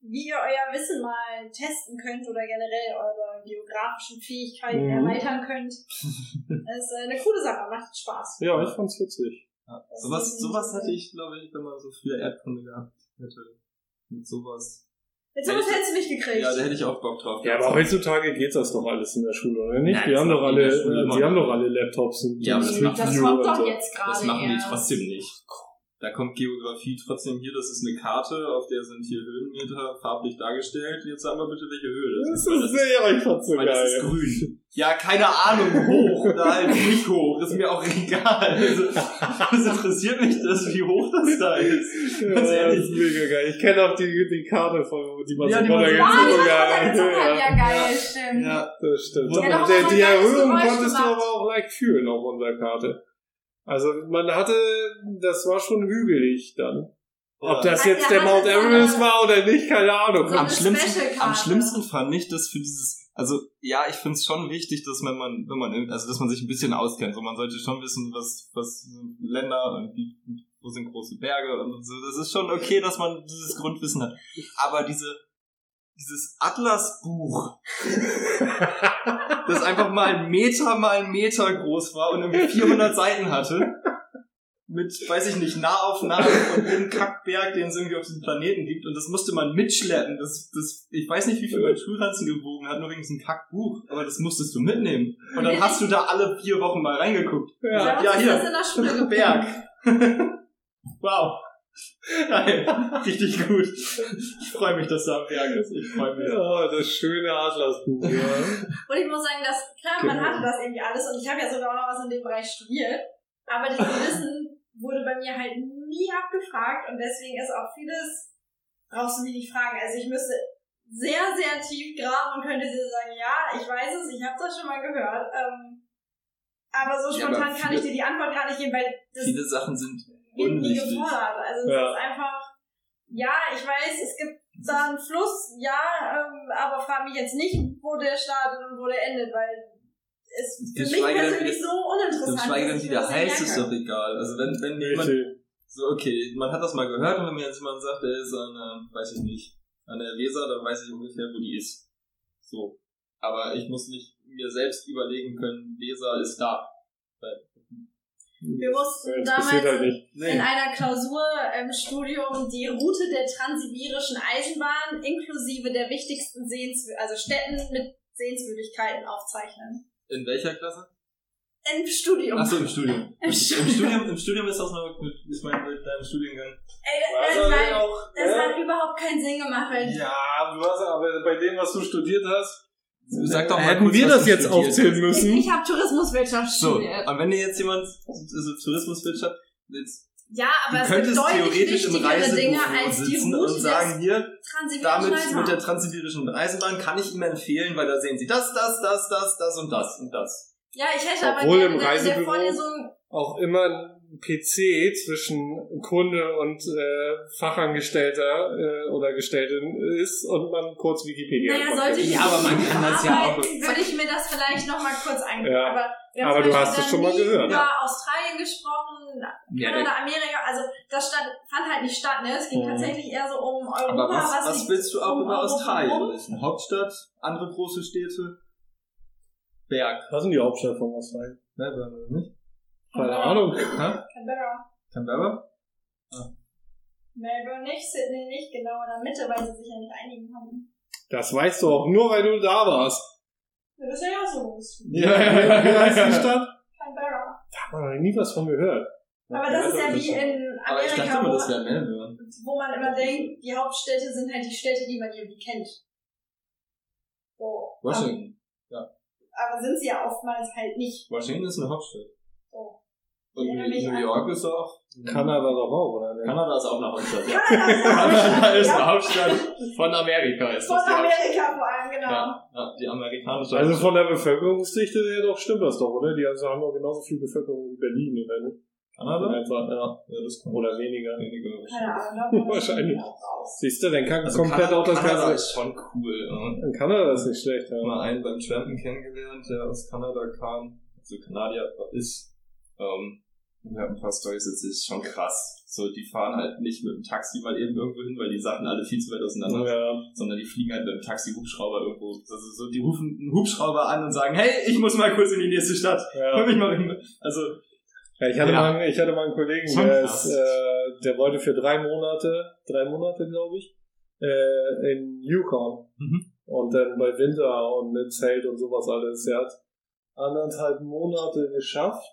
Speaker 3: wie ihr euer Wissen mal testen könnt oder generell eure geografischen Fähigkeiten
Speaker 1: Mhm.
Speaker 3: erweitern
Speaker 2: <laughs>
Speaker 3: könnt. das ist äh, eine coole Sache, macht Spaß.
Speaker 1: Ja, ich fand's witzig.
Speaker 2: Ja,
Speaker 3: Das
Speaker 2: sowas,
Speaker 3: ist-
Speaker 2: sowas hätte ich, glaube ich, wenn man so früher Erdkunde gehabt hätte. Mit sowas.
Speaker 3: Mit sowas hättest du mich gekriegt.
Speaker 2: Ja, da hätte ich auch Bock drauf.
Speaker 1: Ja,
Speaker 2: gehabt.
Speaker 1: aber heutzutage geht das doch alles in der Schule, oder nicht?
Speaker 2: Nein,
Speaker 1: die
Speaker 2: das
Speaker 1: haben doch
Speaker 2: machen die
Speaker 1: alle,
Speaker 2: in der Schule
Speaker 1: äh, die
Speaker 2: immer.
Speaker 1: haben doch alle Laptops und
Speaker 2: Ja, aber das
Speaker 1: und
Speaker 2: macht-
Speaker 4: Das
Speaker 1: View
Speaker 4: kommt
Speaker 1: und
Speaker 4: doch
Speaker 1: so.
Speaker 4: jetzt gerade.
Speaker 2: Das machen die
Speaker 4: erst.
Speaker 2: trotzdem nicht. Da kommt Geografie trotzdem hier, das ist eine Karte, auf der sind hier Höhenmeter farblich dargestellt. Jetzt sagen wir bitte, welche Höhe das
Speaker 1: Das
Speaker 2: ist. weil
Speaker 1: ist
Speaker 2: Das ist,
Speaker 1: sehr, ich fand's so
Speaker 2: weil das ist
Speaker 1: geil.
Speaker 2: grün. Ja, keine Ahnung, hoch oder
Speaker 3: <laughs>
Speaker 2: halt nicht hoch. Ist mir auch <laughs> egal. Also, das interessiert mich das, wie hoch das da ist.
Speaker 1: Ja,
Speaker 2: Ganz
Speaker 1: das
Speaker 2: ehrlich.
Speaker 1: ist mega geil. Ich kenne auch die, die Karte von, die man
Speaker 2: Ja,
Speaker 1: so
Speaker 2: die man so-
Speaker 1: runtergezogen
Speaker 2: Ah, die man
Speaker 4: Ja,
Speaker 1: hat. Ja,
Speaker 4: ja, geil, stimmt.
Speaker 2: Ja,
Speaker 1: das
Speaker 2: Ja,
Speaker 1: stimmt. Und
Speaker 4: doch, hat
Speaker 1: der,
Speaker 4: man
Speaker 1: die
Speaker 4: ein
Speaker 1: Erhöhung
Speaker 4: Geräusch
Speaker 1: konntest du
Speaker 4: gemacht.
Speaker 1: aber auch leicht fühlen auf unserer Karte. Also man hatte, das war schon hügelig dann. Ob das
Speaker 3: Ja,
Speaker 1: jetzt
Speaker 3: der
Speaker 1: der Mount
Speaker 3: hatte so eine-
Speaker 1: Everest war oder nicht, keine Ahnung.
Speaker 4: So
Speaker 2: am
Speaker 4: eine
Speaker 2: schlimmsten-
Speaker 4: Special-Karte.
Speaker 2: Am schlimmsten fand ich das für dieses, also ja, ich finde es schon wichtig, dass man, man, wenn man, in- also dass man sich ein bisschen auskennt. So, man sollte schon wissen, was, was sind Länder und wie, wo sind große Berge und so. Das ist schon okay, dass man dieses Grundwissen hat. Aber diese, dieses Atlasbuch, das einfach mal einen Meter mal einen Meter groß war und irgendwie 400 Seiten hatte. Mit, weiß ich nicht, Nahaufnahmen von jedem Kackberg, den es irgendwie auf diesem Planeten gibt. Und das musste man mitschleppen. Das, das, ich weiß nicht, wie viel mein Schulranzen gewogen hat, nur wegen diesem Kackbuch. Aber das musstest du mitnehmen. Und dann hast du da alle vier Wochen mal reingeguckt.
Speaker 1: Ja.
Speaker 2: Ja, <laughs>
Speaker 3: was ist
Speaker 2: hier.
Speaker 3: das in der Schule?
Speaker 2: Berg. <laughs> wow. Nein, richtig gut. Ich freue mich, dass du am Berg bist. Ich freue mich.
Speaker 1: Ja, das schöne Atlasbuch. Ja.
Speaker 3: Und ich muss sagen, dass, klar, man
Speaker 1: Genau.
Speaker 3: hatte das irgendwie alles und ich habe ja sogar auch noch was in dem Bereich studiert, aber
Speaker 2: <laughs>
Speaker 3: dieses Wissen wurde bei mir halt nie abgefragt und deswegen ist auch vieles, brauchst du mich nicht fragen. Also ich müsste sehr, sehr tief graben und könnte dir sagen, ja, ich weiß es, ich habe das schon mal gehört. Ähm, aber so
Speaker 2: Ja, aber
Speaker 3: spontan kann ich
Speaker 2: viele-
Speaker 3: dir die Antwort gar nicht geben, weil das
Speaker 2: Viele Sachen sind
Speaker 3: wird nie
Speaker 2: unwichtig.
Speaker 3: gefordert. Also es
Speaker 1: Ja.
Speaker 3: ist einfach, ja, ich weiß, es gibt da einen Fluss, ja, ähm, aber frag mich jetzt nicht, wo der startet und wo der endet, weil es für mich
Speaker 2: Geschweige denn,
Speaker 3: persönlich
Speaker 2: wie
Speaker 3: so uninteressant
Speaker 2: Und schweige dann
Speaker 3: dass ich
Speaker 2: wieder
Speaker 3: mir das
Speaker 2: heißt,
Speaker 3: nicht
Speaker 2: ist doch
Speaker 3: merke.
Speaker 2: egal. Also wenn, wenn jemand
Speaker 1: Richtig.
Speaker 2: so, okay, man hat das mal gehört und wenn mir jetzt jemand sagt, der ist an, äh, weiß ich nicht, an der Weser, dann weiß ich ungefähr, wo die ist. So. Aber ich muss nicht mir selbst überlegen können, Weser ist da.
Speaker 3: Wir mussten
Speaker 1: Das
Speaker 3: damals
Speaker 1: passiert halt nicht.
Speaker 3: in einer Klausur im Studium die Route der transsibirischen Eisenbahn inklusive der wichtigsten Sehenswür also Städten mit Sehenswürdigkeiten aufzeichnen.
Speaker 2: In welcher Klasse?
Speaker 3: Im Studium.
Speaker 2: Achso, im Studium. Im
Speaker 3: Studium.
Speaker 2: Studium, im Studium ist das noch gut. Ich meine, mit deinem Studiengang.
Speaker 3: Ey, das,
Speaker 1: Also,
Speaker 3: nein,
Speaker 1: auch,
Speaker 3: das
Speaker 1: äh,
Speaker 3: hat überhaupt keinen Sinn gemacht, weil
Speaker 1: ja, du hast aber bei dem, was du studiert hast,
Speaker 2: Sag doch mal
Speaker 1: hätten
Speaker 2: kurz,
Speaker 1: wir
Speaker 2: was
Speaker 1: das
Speaker 2: du
Speaker 1: jetzt
Speaker 2: studierst.
Speaker 1: aufzählen
Speaker 4: Ich,
Speaker 1: müssen.
Speaker 4: ich habe Tourismuswirtschaft
Speaker 2: So,
Speaker 4: studiert.
Speaker 2: und wenn dir jetzt jemand, also Tourismuswirtschaft, jetzt,
Speaker 3: Ja,
Speaker 2: du
Speaker 3: aber es gibt
Speaker 2: könntest
Speaker 3: deutlich
Speaker 2: theoretisch im
Speaker 3: wichtigere Dinge
Speaker 2: Reisebuch
Speaker 3: als die
Speaker 2: sitzen
Speaker 3: Route
Speaker 2: und sagen, hier,
Speaker 3: des transsibirischen
Speaker 2: damit mit der
Speaker 3: Eisenbahns.
Speaker 2: transsibirischen Eisenbahn kann ich ihm empfehlen, weil da sehen sie das, das, das, das, das und das und das.
Speaker 3: Ja, ich hätte aber
Speaker 1: Obwohl
Speaker 3: gerne in
Speaker 1: im
Speaker 3: der
Speaker 1: Reisebüro-
Speaker 3: Vorlesung...
Speaker 1: Auch immer ein PC zwischen Kunde und äh, Fachangestellter äh, oder Gestellten ist und man kurz Wikipedia
Speaker 3: Naja,
Speaker 1: anguckt.
Speaker 3: sollte ich
Speaker 2: Ja, aber man kann das ja auch-
Speaker 3: bearbeiten, würde ich mir das vielleicht nochmal kurz angucken.
Speaker 1: Ja.
Speaker 3: Aber, wir haben
Speaker 1: Aber
Speaker 3: zum Beispiel
Speaker 1: du hast es
Speaker 3: dann
Speaker 1: schon mal
Speaker 3: nie über
Speaker 1: gehört.
Speaker 2: Ja.
Speaker 3: Australien gesprochen,
Speaker 2: Ja,
Speaker 3: Kanada, Amerika, also das stand, fand halt nicht statt, ne? Es ging
Speaker 1: Mhm.
Speaker 3: tatsächlich eher so um Europa,
Speaker 2: aber was, was,
Speaker 3: liegt
Speaker 2: willst du auch
Speaker 3: um
Speaker 2: über
Speaker 3: Europa
Speaker 2: Australien
Speaker 3: rum?
Speaker 2: wissen? Hauptstadt, andere große Städte, Berg.
Speaker 1: Was sind die Hauptstadt von Australien?
Speaker 2: Ne, Berg, oder nicht?
Speaker 1: Keine Ahnung.
Speaker 2: Hä?
Speaker 3: Canberra.
Speaker 2: Canberra?
Speaker 3: Melbourne nicht, Sydney nicht, genau in der Mitte, weil sie sich ja nicht einigen konnten.
Speaker 1: Das weißt du auch nur, weil du
Speaker 2: <laughs>
Speaker 1: da warst.
Speaker 3: Ja, Das ist ja auch so gewusst.
Speaker 1: Wie heißt die Stadt?
Speaker 3: Canberra.
Speaker 1: Da hat man noch nie was von gehört.
Speaker 3: Aber das ist ja wie in
Speaker 1: in
Speaker 3: Amerika,
Speaker 2: Aber ich dachte immer,
Speaker 3: wo-
Speaker 2: das wäre Melbourne.
Speaker 3: wo man immer denkt, die Hauptstädte sind halt die Städte, die man irgendwie kennt. So. Aber,
Speaker 2: Washington.
Speaker 3: aber sind sie ja oftmals halt nicht.
Speaker 2: Washington ist eine Hauptstadt.
Speaker 3: So.
Speaker 2: Und
Speaker 3: Ja, mich
Speaker 2: New
Speaker 3: an-
Speaker 2: York ist auch.
Speaker 1: Kanada doch auch, oder?
Speaker 2: Kanada ist Mhm. auch eine Hauptstadt. <laughs>
Speaker 3: <laughs>
Speaker 2: Ja. Kanada
Speaker 3: Kanada
Speaker 2: ist
Speaker 3: ja,
Speaker 2: eine
Speaker 3: <laughs>
Speaker 2: Hauptstadt von Amerika. Ist
Speaker 3: von
Speaker 2: das die Hauptstadt.
Speaker 3: Amerika vor allem, genau.
Speaker 2: Ja, ja, die amerikanische
Speaker 1: Also von der Bevölkerungsdichte her doch stimmt das doch, oder? Die also haben doch genauso viel Bevölkerung wie Berlin, oder nicht?
Speaker 2: Kanada?
Speaker 1: Einfach, ja. ja das kommt. Oder weniger. weniger.
Speaker 3: Keine Ahnung. da
Speaker 1: Wahrscheinlich.
Speaker 3: kommt man auch raus.
Speaker 1: Siehst du, dann kann komplett auch das
Speaker 2: Also Kanada
Speaker 1: Ganze.
Speaker 2: ist schon cool. Ja.
Speaker 1: Dann kann er das nicht schlecht
Speaker 2: Ich
Speaker 1: haben.
Speaker 2: habe mal einen beim Trampen kennengelernt, der aus Kanada kam, also Kanadier ist. Ähm, und wir hatten ein paar Storys, das ist schon krass. So, die fahren halt nicht mit dem Taxi mal eben irgendwo hin, weil die Sachen alle viel zu weit auseinander sind.
Speaker 1: Ja.
Speaker 2: sondern die fliegen halt mit dem Taxi-Hubschrauber irgendwo. Also so, die rufen einen Hubschrauber an und sagen, hey, ich muss mal kurz in die nächste Stadt. <laughs>
Speaker 1: Ja.
Speaker 2: Hol mich mal irgendwo. Also,
Speaker 1: ja ich, hatte
Speaker 2: Ja.
Speaker 1: Mal, einen- ich hatte mal einen Kollegen,
Speaker 2: Schon
Speaker 1: der,
Speaker 2: krass.
Speaker 1: ist, äh, der wollte für drei Monate, drei Monate glaube ich, äh, in Yukon.
Speaker 2: Mhm.
Speaker 1: Und dann bei Winter und mit Zelt und sowas alles. Er hat anderthalb Monate geschafft.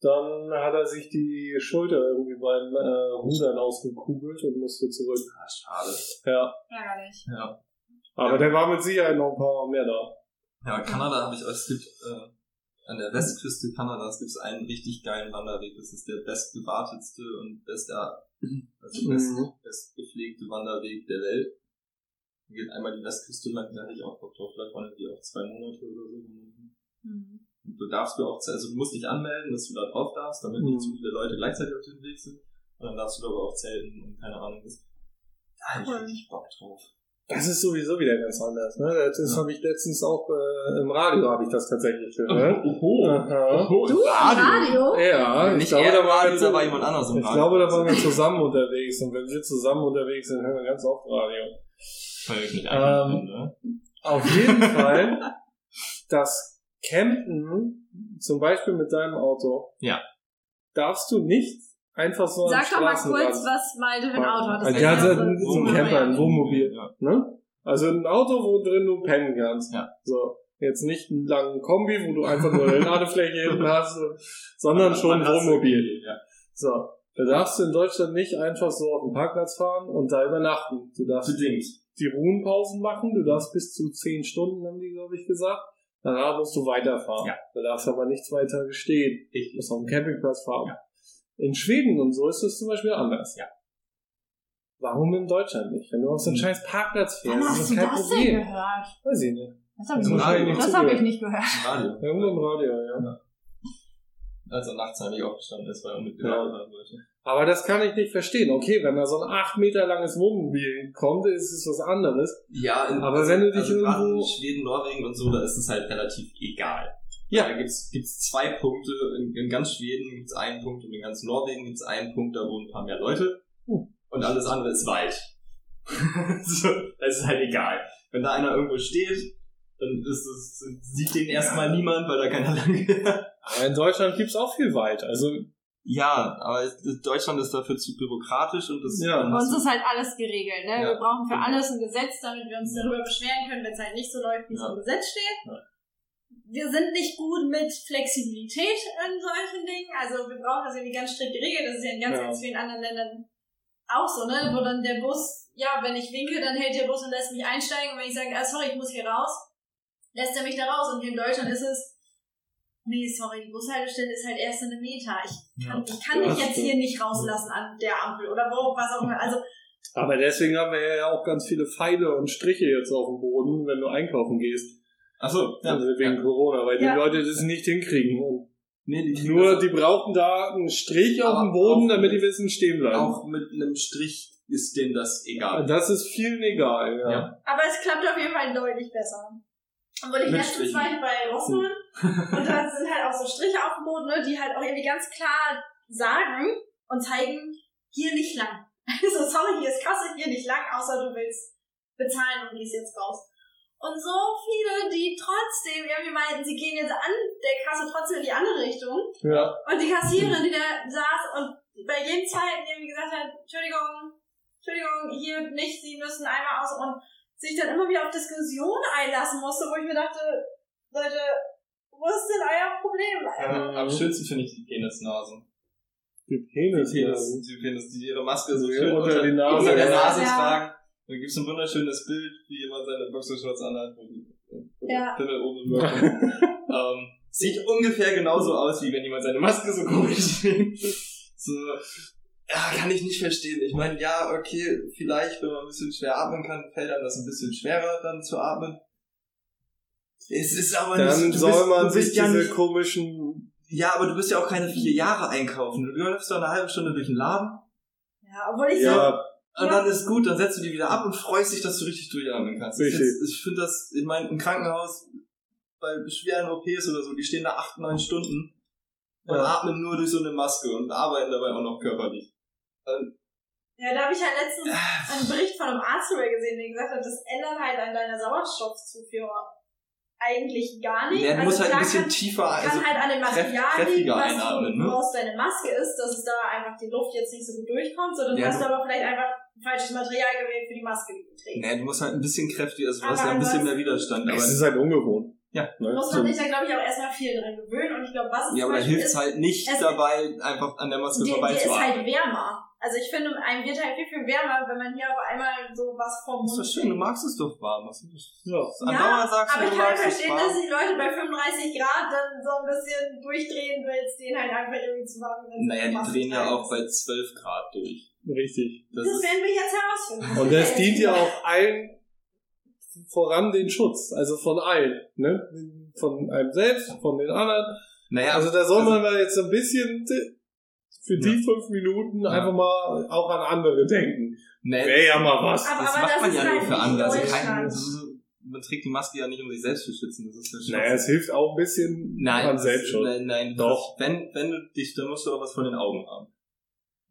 Speaker 1: Dann hat er sich die Schulter irgendwie beim äh, Rudern ausgekugelt und musste zurück.
Speaker 2: ah, schade.
Speaker 1: Ja.
Speaker 4: Ärgerlich.
Speaker 2: Ja.
Speaker 1: Aber der war mit Sicherheit noch ein paar mehr da.
Speaker 2: Ja, Kanada habe ich auch. Es gibt äh, an der Westküste Kanadas gibt es einen richtig geilen Wanderweg. Das ist der bestbewartetste und bester, also best,
Speaker 1: Mhm.
Speaker 2: bestgepflegte Wanderweg der Welt. Da geht einmal die Westküste lang, da hätte ich auch Bock drauf, vielleicht waren die auch zwei Monate oder so.
Speaker 4: Mhm.
Speaker 2: Und du darfst du auch, also du musst dich anmelden, dass du da drauf darfst, damit
Speaker 1: Mhm.
Speaker 2: nicht zu viele Leute gleichzeitig auf dem Weg sind. Und dann darfst du da aber auch zelten und keine Ahnung was. Da hab ich
Speaker 4: Cool.
Speaker 2: richtig Bock drauf.
Speaker 1: Das ist sowieso wieder ganz anders. Ne? Das ist-
Speaker 2: Ja.
Speaker 1: habe ich letztens auch äh, im Radio habe ich das tatsächlich gehört. Äh? Aha.
Speaker 4: Du, Radio?
Speaker 1: Ja, ich
Speaker 2: Oh. Nicht
Speaker 1: glaube,
Speaker 2: er,
Speaker 1: da war
Speaker 2: jetzt aber jemand anderes im
Speaker 1: Ich
Speaker 2: Radio.
Speaker 1: glaube, da waren wir zusammen unterwegs und wenn wir zusammen unterwegs sind, hören wir ganz oft Radio.
Speaker 2: Weil ich nicht
Speaker 1: Ähm,
Speaker 2: eingeladen bin, ne?
Speaker 1: Auf
Speaker 2: <laughs>
Speaker 1: jeden Fall, das Campen, zum Beispiel mit deinem Auto,
Speaker 2: Ja.
Speaker 1: darfst du nicht einfach so am
Speaker 4: Sag doch mal
Speaker 1: Straßenrand-
Speaker 4: kurz, was Malte für ein Auto hat. Das
Speaker 1: Also
Speaker 4: wäre
Speaker 1: der hat
Speaker 4: ja
Speaker 1: einen-
Speaker 4: so-
Speaker 1: so einen Camper, ein Wohnmobil.
Speaker 2: Ja.
Speaker 1: Ne? Also ein Auto, wo drin du pennen kannst.
Speaker 2: Ja.
Speaker 1: So. Jetzt nicht einen langen Kombi,
Speaker 2: <laughs>
Speaker 1: wo du einfach nur eine Ladefläche hinten hast, sondern schon ein
Speaker 2: Dann hast du-
Speaker 1: Wohnmobil.
Speaker 2: Ja.
Speaker 1: So. Da darfst du in Deutschland nicht einfach so auf den Parkplatz fahren und da übernachten. Du darfst
Speaker 2: Bedingt.
Speaker 1: die Ruhenpausen machen, du darfst bis zu zehn Stunden, haben die, glaube ich, gesagt. Danach musst du weiterfahren.
Speaker 2: Ja.
Speaker 1: Da darfst du aber nicht zwei Tage stehen. Du
Speaker 2: Ich,
Speaker 1: musst auf dem Campingplatz fahren.
Speaker 2: Ja.
Speaker 1: In Schweden und so ist es zum Beispiel anders.
Speaker 2: Ja.
Speaker 1: Warum in Deutschland nicht? Wenn du auf so einen scheiß Parkplatz
Speaker 3: Wann
Speaker 1: fährst,
Speaker 3: hast
Speaker 1: ist
Speaker 3: du
Speaker 1: das kein
Speaker 3: das denn
Speaker 1: Problem.
Speaker 3: gehört?
Speaker 1: Weiß ich nicht.
Speaker 3: Das habe ich,
Speaker 2: Im
Speaker 3: nicht-
Speaker 2: Radio.
Speaker 3: das hab ich nicht gehört.
Speaker 2: Radio.
Speaker 1: Irgendwo im Radio, ja.
Speaker 2: Also nachts habe ich aufgestanden, ist, weil er mit
Speaker 1: Ja.
Speaker 2: haben wollte.
Speaker 1: Aber das kann ich nicht verstehen. Okay, wenn da so ein acht Meter langes Wohnmobil kommt, ist es was anderes.
Speaker 2: Ja, in, also
Speaker 1: Aber wenn du dich
Speaker 2: gerade
Speaker 1: irgendwo-
Speaker 2: in Schweden, Norwegen und so, da ist es halt relativ egal.
Speaker 1: Ja.
Speaker 2: Da gibt's gibt's zwei Punkte, in, in ganz Schweden gibt's einen Punkt und in ganz Norwegen gibt's einen Punkt, da wohnen ein paar mehr Leute.
Speaker 1: Hm.
Speaker 2: Und alles andere ist Wald. <laughs> so, das ist halt egal. Wenn da einer irgendwo steht, dann ist es, sieht den erstmal niemand, weil da keiner <laughs> lang
Speaker 1: Aber in Deutschland gibt's auch viel Wald. Also,
Speaker 2: Ja, aber es- Deutschland ist dafür zu bürokratisch und das
Speaker 1: Ja.
Speaker 2: dann
Speaker 3: Bei
Speaker 2: hast
Speaker 3: uns
Speaker 2: du-
Speaker 3: ist halt alles geregelt. Ne?
Speaker 2: Ja.
Speaker 3: Wir brauchen für alles ein Gesetz, damit wir uns darüber beschweren können, wenn es halt nicht so läuft, wie es
Speaker 2: Ja.
Speaker 3: im Gesetz steht.
Speaker 2: Ja.
Speaker 3: Wir sind nicht gut mit Flexibilität in solchen Dingen. Also wir brauchen das irgendwie ganz strikt geregelt. Das ist ja in ganz,
Speaker 1: Ja.
Speaker 3: ganz vielen anderen Ländern auch so, ne? Wo dann der Bus, ja, wenn ich winke, dann hält der Bus und lässt mich einsteigen. Und wenn ich sage, ah, sorry, ich muss hier raus, lässt er mich da raus. Und hier in Deutschland ist es, nee, sorry, die Bushaltestelle ist halt erst in einem Meter. Ich
Speaker 2: Ja.
Speaker 3: kann, ich kann dich
Speaker 1: Ja,
Speaker 3: jetzt hier nicht rauslassen an der Ampel oder wo, was auch immer. Also,
Speaker 1: aber deswegen haben wir ja auch ganz viele Pfeile und Striche jetzt auf dem Boden, wenn du einkaufen gehst.
Speaker 2: Ach so, ja.
Speaker 1: Also wegen Corona, weil die
Speaker 3: Ja.
Speaker 1: Leute das nicht hinkriegen. Und
Speaker 2: Nee, die- die-
Speaker 1: nur, die brauchen da einen Strich auf
Speaker 2: Aber
Speaker 1: dem Boden,
Speaker 2: auch-
Speaker 1: damit die wissen, stehen bleiben.
Speaker 2: auch mit einem Strich ist denen das egal.
Speaker 1: Das ist vielen egal, ja.
Speaker 2: Ja.
Speaker 3: aber es klappt auf jeden Fall deutlich besser. Obwohl ich
Speaker 2: Mit
Speaker 3: letztens
Speaker 2: Strichen. Hm.
Speaker 3: war ich bei Rossmann <laughs> und da sind halt auch so Striche auf dem Boden, ne, die halt auch irgendwie ganz klar sagen und zeigen, hier nicht lang. <laughs> Also, sorry, hier ist Kasse, hier nicht lang, außer du willst bezahlen und gehst jetzt raus. Und so viele, die trotzdem irgendwie meinten, sie gehen jetzt an der Kasse trotzdem in die andere Richtung.
Speaker 1: ja.
Speaker 3: Und die Kassiererin, die da saß und bei jedem zweiten, der mir gesagt hat, Entschuldigung, Entschuldigung, hier nicht, Sie müssen einmal aus und sich dann immer wieder auf Diskussion einlassen musste, wo ich mir dachte, Leute, wo ist denn euer Problem?
Speaker 1: Ähm,
Speaker 2: Am- Am schönsten finde ich die Penisnasen.
Speaker 1: Die
Speaker 2: Die
Speaker 1: Penis,
Speaker 2: Penis, die Penis, die ihre Maske so
Speaker 1: Ja,
Speaker 2: schön
Speaker 1: unter
Speaker 2: unter,
Speaker 1: die Nase.
Speaker 2: unter der
Speaker 3: Ja.
Speaker 2: Nase
Speaker 3: Ja.
Speaker 2: tragen. Dann gibt es ein wunderschönes Bild, wie jemand seine Boxershorts anhat. wo die- wo die
Speaker 3: Ja.
Speaker 2: Pimmel oben drüber
Speaker 3: <laughs>
Speaker 2: kommt. ähm, sieht ungefähr genauso aus, wie wenn jemand seine Maske so komisch <laughs> nimmt. So, ja, kann ich nicht verstehen. Ich meine, ja, okay, vielleicht, wenn man ein bisschen schwer atmen kann, fällt einem das ein bisschen schwerer, dann zu atmen. Es ist aber nicht...
Speaker 1: Dann
Speaker 2: du
Speaker 1: soll
Speaker 2: bist-
Speaker 1: man
Speaker 2: du
Speaker 1: sich
Speaker 2: bist ja
Speaker 1: diese
Speaker 2: nicht-
Speaker 1: komischen.
Speaker 2: ja, aber du bist ja auch keine vier Jahre einkaufen. Du läufst doch eine halbe Stunde durch den Laden
Speaker 3: Ja, obwohl ich so,
Speaker 1: Ja,
Speaker 2: und
Speaker 3: Ja.
Speaker 2: dann ist gut, dann setzt du die wieder ab und freust dich, dass du richtig durchatmen kannst. Ich,
Speaker 1: Richtig.
Speaker 2: find's- ich finde das, ich meine, im Krankenhaus bei schweren OPs oder so, die stehen da acht, neun Stunden und
Speaker 1: Ja.
Speaker 2: atmen nur durch so eine Maske und arbeiten dabei auch noch körperlich.
Speaker 3: ja, da habe ich halt letztens
Speaker 2: Ah.
Speaker 3: einen Bericht von einem Arzt drüber gesehen, der gesagt hat, das ändert halt an deiner Sauerstoffzufuhr eigentlich gar nicht.
Speaker 2: Ja, du musst halt ein
Speaker 3: also klar
Speaker 2: bisschen
Speaker 3: kann-
Speaker 2: tiefer, also
Speaker 3: kann halt an dem Material
Speaker 2: kräft-
Speaker 3: liegen,
Speaker 2: kräftiger
Speaker 3: was
Speaker 2: einatmen,
Speaker 3: du
Speaker 2: ne?
Speaker 3: aus deiner Maske ist, dass es da einfach die Luft jetzt nicht so gut durchkommt, sondern
Speaker 2: Ja,
Speaker 3: du hast
Speaker 2: du-
Speaker 3: aber vielleicht einfach ein falsches Material gewählt für die Maske, die du trägst.
Speaker 2: nee, du musst halt ein bisschen kräftiger, also du
Speaker 3: Aber
Speaker 2: hast ja ein
Speaker 3: du
Speaker 2: bisschen
Speaker 3: hast-
Speaker 2: mehr Widerstand, aber
Speaker 1: es ist halt ungewohnt.
Speaker 2: Ja.
Speaker 1: Ne?
Speaker 3: Muss
Speaker 1: So-
Speaker 3: man sich da, glaube ich, auch erstmal viel dran gewöhnen und ich glaube, was
Speaker 2: ja,
Speaker 3: es
Speaker 2: aber
Speaker 3: zum
Speaker 2: da
Speaker 3: Beispiel
Speaker 2: hilft's
Speaker 3: ist,
Speaker 2: halt nicht
Speaker 3: es-
Speaker 2: dabei, einfach an der Maske
Speaker 3: dir, dir ist
Speaker 2: vorbeizuatmen.
Speaker 3: halt wärmer. Also ich finde, einem wird halt viel, viel wärmer, wenn man hier auf einmal so was
Speaker 2: Das ist
Speaker 3: vom Mund
Speaker 2: doch schön, du
Speaker 3: kriegt.
Speaker 2: magst es doch warm. Was ist das?
Speaker 1: Ja.
Speaker 2: Andauernd sagst du, du
Speaker 3: aber ich kann
Speaker 2: magst
Speaker 3: halt
Speaker 2: es
Speaker 3: verstehen,
Speaker 2: warm.
Speaker 3: dass die Leute bei 35 Grad dann so ein bisschen durchdrehen, weil es denen halt einfach irgendwie zu warm wird.
Speaker 2: Naja, die
Speaker 3: Was
Speaker 2: drehen ja
Speaker 3: geil
Speaker 2: auch
Speaker 3: ist.
Speaker 2: bei 12 Grad durch.
Speaker 1: Richtig.
Speaker 2: Das
Speaker 3: Das
Speaker 2: ist,
Speaker 3: werden wir jetzt herausfinden.
Speaker 1: Und das dient ja
Speaker 3: auch
Speaker 1: auch allen voran den Schutz. Also von allen. Ne? Von einem selbst, von den anderen.
Speaker 2: naja,
Speaker 1: Also da soll man mal jetzt so ein bisschen für die fünf Minuten
Speaker 2: Ja.
Speaker 1: einfach mal auch an andere denken.
Speaker 2: nee,
Speaker 1: Wäre ja mal was.
Speaker 3: Aber-
Speaker 2: das
Speaker 3: aber
Speaker 2: macht
Speaker 3: das
Speaker 2: man
Speaker 3: ist
Speaker 2: ja nur
Speaker 3: halt
Speaker 2: für
Speaker 3: nicht
Speaker 2: andere. Also kein,
Speaker 3: Deutschland.
Speaker 2: das ist, man trägt die Maske ja nicht, um sich selbst zu schützen. Das ist ja schon.
Speaker 1: Naja, es hilft auch ein bisschen
Speaker 2: nein,
Speaker 1: an
Speaker 2: das-
Speaker 1: Selbstschutz.
Speaker 2: Nein, nein,
Speaker 1: Doch.
Speaker 2: Das, wenn, wenn du dich, dann musst du auch was von den Augen haben.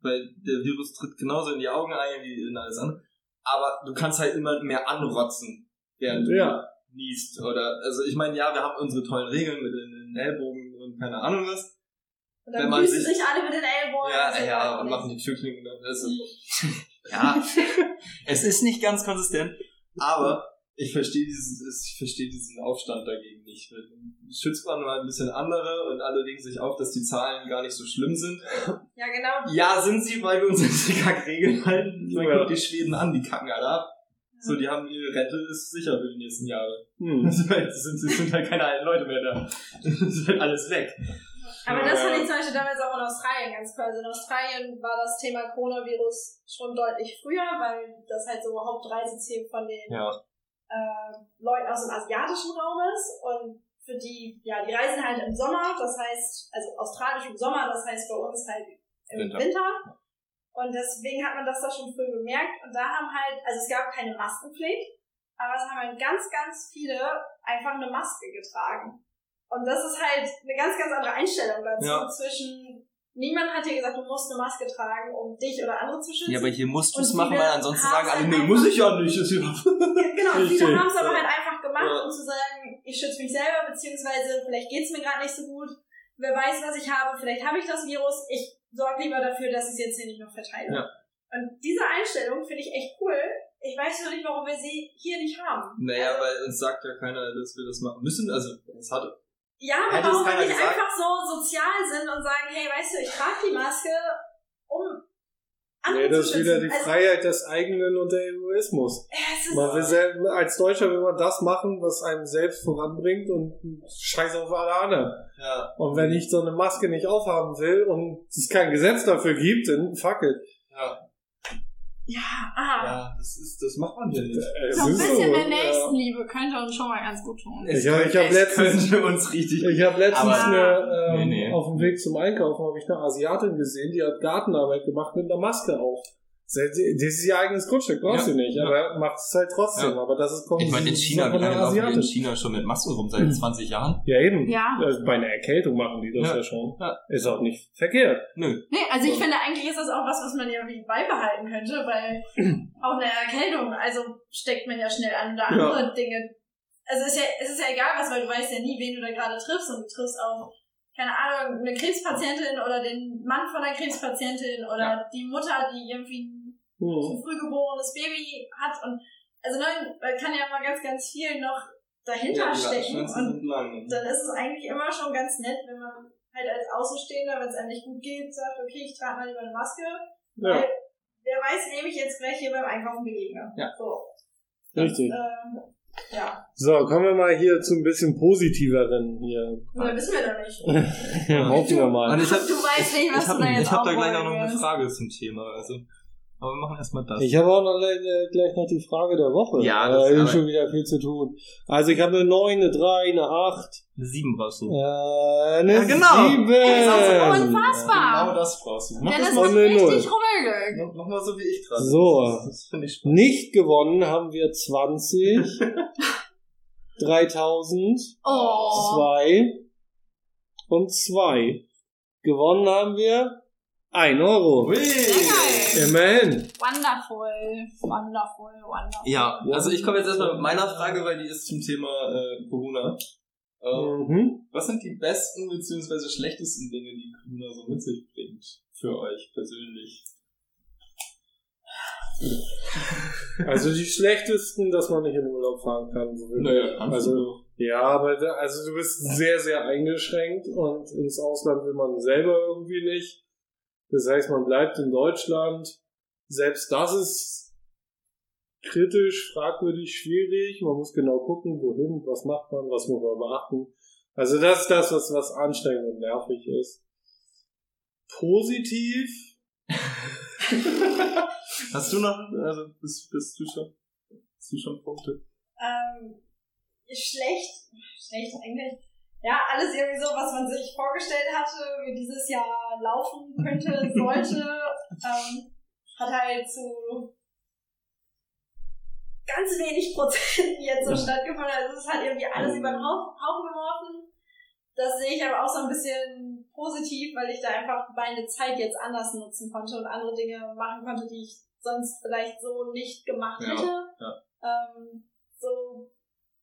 Speaker 2: Weil der Virus tritt genauso in die Augen ein wie in alles andere. Aber du kannst halt immer mehr anrotzen, während du
Speaker 1: Ja,
Speaker 2: niest oder also ich meine ja wir haben unsere tollen Regeln mit den Ellbogen und keine Ahnung was
Speaker 3: Und dann
Speaker 2: Wenn man
Speaker 3: küssen
Speaker 2: sich-
Speaker 3: sich alle mit den Ellbogen.
Speaker 2: ja
Speaker 3: Also,
Speaker 2: ja und
Speaker 3: nicht.
Speaker 2: machen die ne? Türklinken <laughs> dann also ja es ist nicht ganz konsistent aber ich verstehe diesen, ich verstehe diesen Aufstand dagegen nicht. Schützbahn war ein bisschen andere und alle regen sich auf, dass die Zahlen gar nicht so schlimm sind.
Speaker 3: Ja, genau.
Speaker 2: Ja, sind sie, weil wir uns an die Kackregeln halten. Ich meine,
Speaker 1: Ja.
Speaker 2: guck die Schweden an, die kacken alle ab. So, die haben ihre Rente ist sicher für die nächsten Jahre. <laughs>
Speaker 1: Hm.
Speaker 2: Jetzt sind, sind halt keine alten Leute mehr da. <laughs> Es ist halt alles weg.
Speaker 3: Aber das
Speaker 1: Ja.
Speaker 3: fand ich zum Beispiel damals auch in Australien ganz cool. Also in Australien war das Thema Coronavirus schon deutlich früher, weil das halt so Hauptreiseziel von den
Speaker 2: Ja.
Speaker 3: äh, Leuten aus dem asiatischen Raum ist und für die, ja, die reisen halt im Sommer, das heißt, also australisch im Sommer, das heißt bei uns halt im
Speaker 2: Winter.
Speaker 3: Winter. Und deswegen hat man das da schon früh bemerkt und da haben halt, also es gab keine Maskenpflicht, aber es haben halt ganz, ganz viele einfach eine Maske getragen. Und das ist halt eine ganz, ganz andere Einstellung dazu
Speaker 2: Ja.
Speaker 3: zwischen, niemand hat dir gesagt, du musst eine Maske tragen, um dich oder andere zu schützen.
Speaker 2: Ja,
Speaker 3: <laughs>
Speaker 2: aber hier musst du es
Speaker 3: Und
Speaker 2: machen,
Speaker 3: viele
Speaker 2: weil ansonsten
Speaker 3: haben
Speaker 2: sagen alle,
Speaker 3: halt
Speaker 2: nee,
Speaker 3: einfach-
Speaker 2: muss ich ja nicht. Ist ja
Speaker 3: Genau,
Speaker 2: Richtig.
Speaker 3: viele haben es aber halt einfach gemacht,
Speaker 2: Ja.
Speaker 3: um zu sagen, ich schütze mich selber, beziehungsweise vielleicht geht's mir gerade nicht so gut, wer weiß, was ich habe, vielleicht habe ich das Virus, ich sorge lieber dafür, dass ich es jetzt hier nicht noch verteile.
Speaker 2: Ja.
Speaker 3: Und diese Einstellung finde ich echt cool. Ich weiß nur nicht, warum wir sie hier nicht haben.
Speaker 2: Naja, weil uns sagt ja keiner, dass wir das machen müssen. Also, es hat
Speaker 3: Ja, aber
Speaker 2: Hätte es
Speaker 3: warum wir
Speaker 2: keiner
Speaker 3: nicht
Speaker 2: gesagt.
Speaker 3: einfach so sozial sind und sagen, hey, weißt du, ich trage die Maske, um andere
Speaker 1: Nee, das
Speaker 3: zu
Speaker 1: ist
Speaker 3: schützen.
Speaker 1: wieder die
Speaker 3: also,
Speaker 1: Freiheit des eigenen und der Egoismus.
Speaker 3: es ist
Speaker 1: Man will selber, als Deutscher will man das machen, was einem selbst voranbringt und scheiß auf alle anderen.
Speaker 2: Ja,
Speaker 1: Und wenn ich so eine Maske nicht aufhaben will und es kein Gesetz dafür gibt, dann fuck it.
Speaker 2: ja,
Speaker 3: ja, aha.
Speaker 2: ja, das ist, das macht man ja nicht.
Speaker 1: Äh,
Speaker 4: So ein
Speaker 1: es ist
Speaker 4: bisschen
Speaker 1: so,
Speaker 4: mehr Nächstenliebe könnte uns schon mal ganz gut tun.
Speaker 1: Ich hab- ich hab
Speaker 2: Es
Speaker 1: letztens-
Speaker 2: könnte uns richtig.
Speaker 1: Ich habe letztens
Speaker 2: Aber-
Speaker 1: eine, ähm,
Speaker 2: Nee, nee.
Speaker 1: auf dem Weg zum Einkaufen habe ich eine Asiatin gesehen, die hat Gartenarbeit gemacht mit einer Maske auf. Das ist ihr eigenes Grundstück, braucht
Speaker 2: Ja.
Speaker 1: sie nicht, aber macht es halt trotzdem. Aber das ist kommt
Speaker 2: Ich meine, in
Speaker 1: sie-
Speaker 2: China, wie
Speaker 1: von der
Speaker 2: lange laufen wir in
Speaker 1: Asiatin.
Speaker 2: China schon mit Masken rum? Seit 20 Jahren?
Speaker 1: Ja, eben.
Speaker 4: Ja.
Speaker 1: Also bei einer Erkältung machen die das
Speaker 2: Ja.
Speaker 1: ja, schon.
Speaker 2: Ja.
Speaker 1: Ist auch nicht verkehrt.
Speaker 2: Nö.
Speaker 4: Nee, also ich
Speaker 2: So.
Speaker 4: finde eigentlich ist das auch was, was man irgendwie beibehalten könnte,
Speaker 2: <clears throat>
Speaker 4: weil
Speaker 3: auch eine Erkältung, also steckt man ja schnell an oder andere Dinge. Also ist ja, es ist ja egal was, weil du weißt ja nie, wen du da gerade triffst und du triffst auch, keine Ahnung, eine Krebspatientin oder den Mann von einer Krebspatientin oder die Mutter, die irgendwie ein
Speaker 2: Oh.
Speaker 1: Hm.
Speaker 3: früh geborenes Baby hat und also ne, da kann ja mal ganz, ganz viel noch
Speaker 2: Ja, die
Speaker 3: dahinter stecken
Speaker 2: Warteschlanzen
Speaker 3: und
Speaker 2: sind lang.
Speaker 3: dann ist es eigentlich immer schon ganz nett, wenn man halt als Außenstehender, wenn es einem nicht gut geht, sagt, okay, ich trage mal lieber eine Maske,
Speaker 1: Ja,
Speaker 3: weil wer weiß, wem ich jetzt gleich hier beim Einkaufen begegne.
Speaker 2: Ja.
Speaker 3: So.
Speaker 1: richtig.
Speaker 3: Ähm, ja.
Speaker 1: So, kommen wir mal hier zu ein bisschen positiveren hier.
Speaker 3: Oder wissen wir doch nicht.
Speaker 2: <laughs>
Speaker 1: Hoffen wir mal.
Speaker 2: Und ich hab,
Speaker 4: Du weißt nicht, was
Speaker 2: ich hab,
Speaker 4: du da jetzt
Speaker 2: Ich hab da gleich auch
Speaker 4: aufräumen
Speaker 2: noch eine
Speaker 4: willst.
Speaker 2: Frage zum Thema. Also, aber wir machen erstmal das.
Speaker 1: Ich habe auch noch äh, gleich noch die Frage der Woche.
Speaker 2: Ja, das
Speaker 1: das
Speaker 2: ist aber-
Speaker 1: ist schon wieder viel zu tun. Also ich habe eine 9, eine 3, eine 8,
Speaker 2: Eine 7 brauchst du.
Speaker 1: äh, eine
Speaker 2: Ja, genau.
Speaker 1: 7.
Speaker 4: Ey, das ist unfassbar.
Speaker 2: Genau das brauchst du. Mach
Speaker 4: Ja,
Speaker 2: das
Speaker 4: das
Speaker 1: mal
Speaker 4: ist
Speaker 1: eine Null.
Speaker 4: richtig rummelig.
Speaker 2: Mach mach mal so wie ich gerade.
Speaker 1: So.
Speaker 2: Das, das finde ich spannend.
Speaker 1: Nicht gewonnen haben
Speaker 2: <laughs>
Speaker 1: wir 20, 3000,
Speaker 4: Oh.
Speaker 1: 2 und 2. Gewonnen haben wir 1 Euro.
Speaker 4: Sehr
Speaker 2: Ui.
Speaker 4: geil.
Speaker 1: Immerhin.
Speaker 4: Wonderful. Wonderful. Wonderful.
Speaker 2: Ja, also ich komme jetzt erstmal mit meiner Frage, weil die ist zum Thema äh, Corona. Ähm,
Speaker 1: Mhm.
Speaker 2: Was sind die besten bzw. schlechtesten Dinge, die Corona so mit sich bringt? Für euch persönlich.
Speaker 1: Also die schlechtesten, dass man nicht in den Urlaub fahren kann. so wirklich. also, ja, aber da- also du bist sehr, sehr eingeschränkt und ins Ausland will man selber irgendwie nicht. Das heißt, man bleibt in Deutschland. Selbst das ist kritisch, fragwürdig, schwierig. Man muss genau gucken, wohin, was macht man, was muss man beachten. Also das ist das, was, was anstrengend und nervig ist. Positiv?
Speaker 2: <laughs> Hast du noch, also bist, bist du schon, bist du schon Punkte?
Speaker 3: Ähm, schlecht. Schlecht eigentlich. Ja, alles irgendwie so, was man sich vorgestellt hatte, wie dieses Jahr laufen könnte, sollte, ähm, hat halt zu ganz wenig Prozent jetzt so stattgefunden. Also es ist halt irgendwie alles über den Haufen Haufen geworfen. Das sehe ich aber auch so ein bisschen positiv, weil ich da einfach meine Zeit jetzt anders nutzen konnte und andere Dinge machen konnte, die ich sonst vielleicht so nicht gemacht
Speaker 2: Ja,
Speaker 3: hätte.
Speaker 2: ja.
Speaker 3: Ähm, so,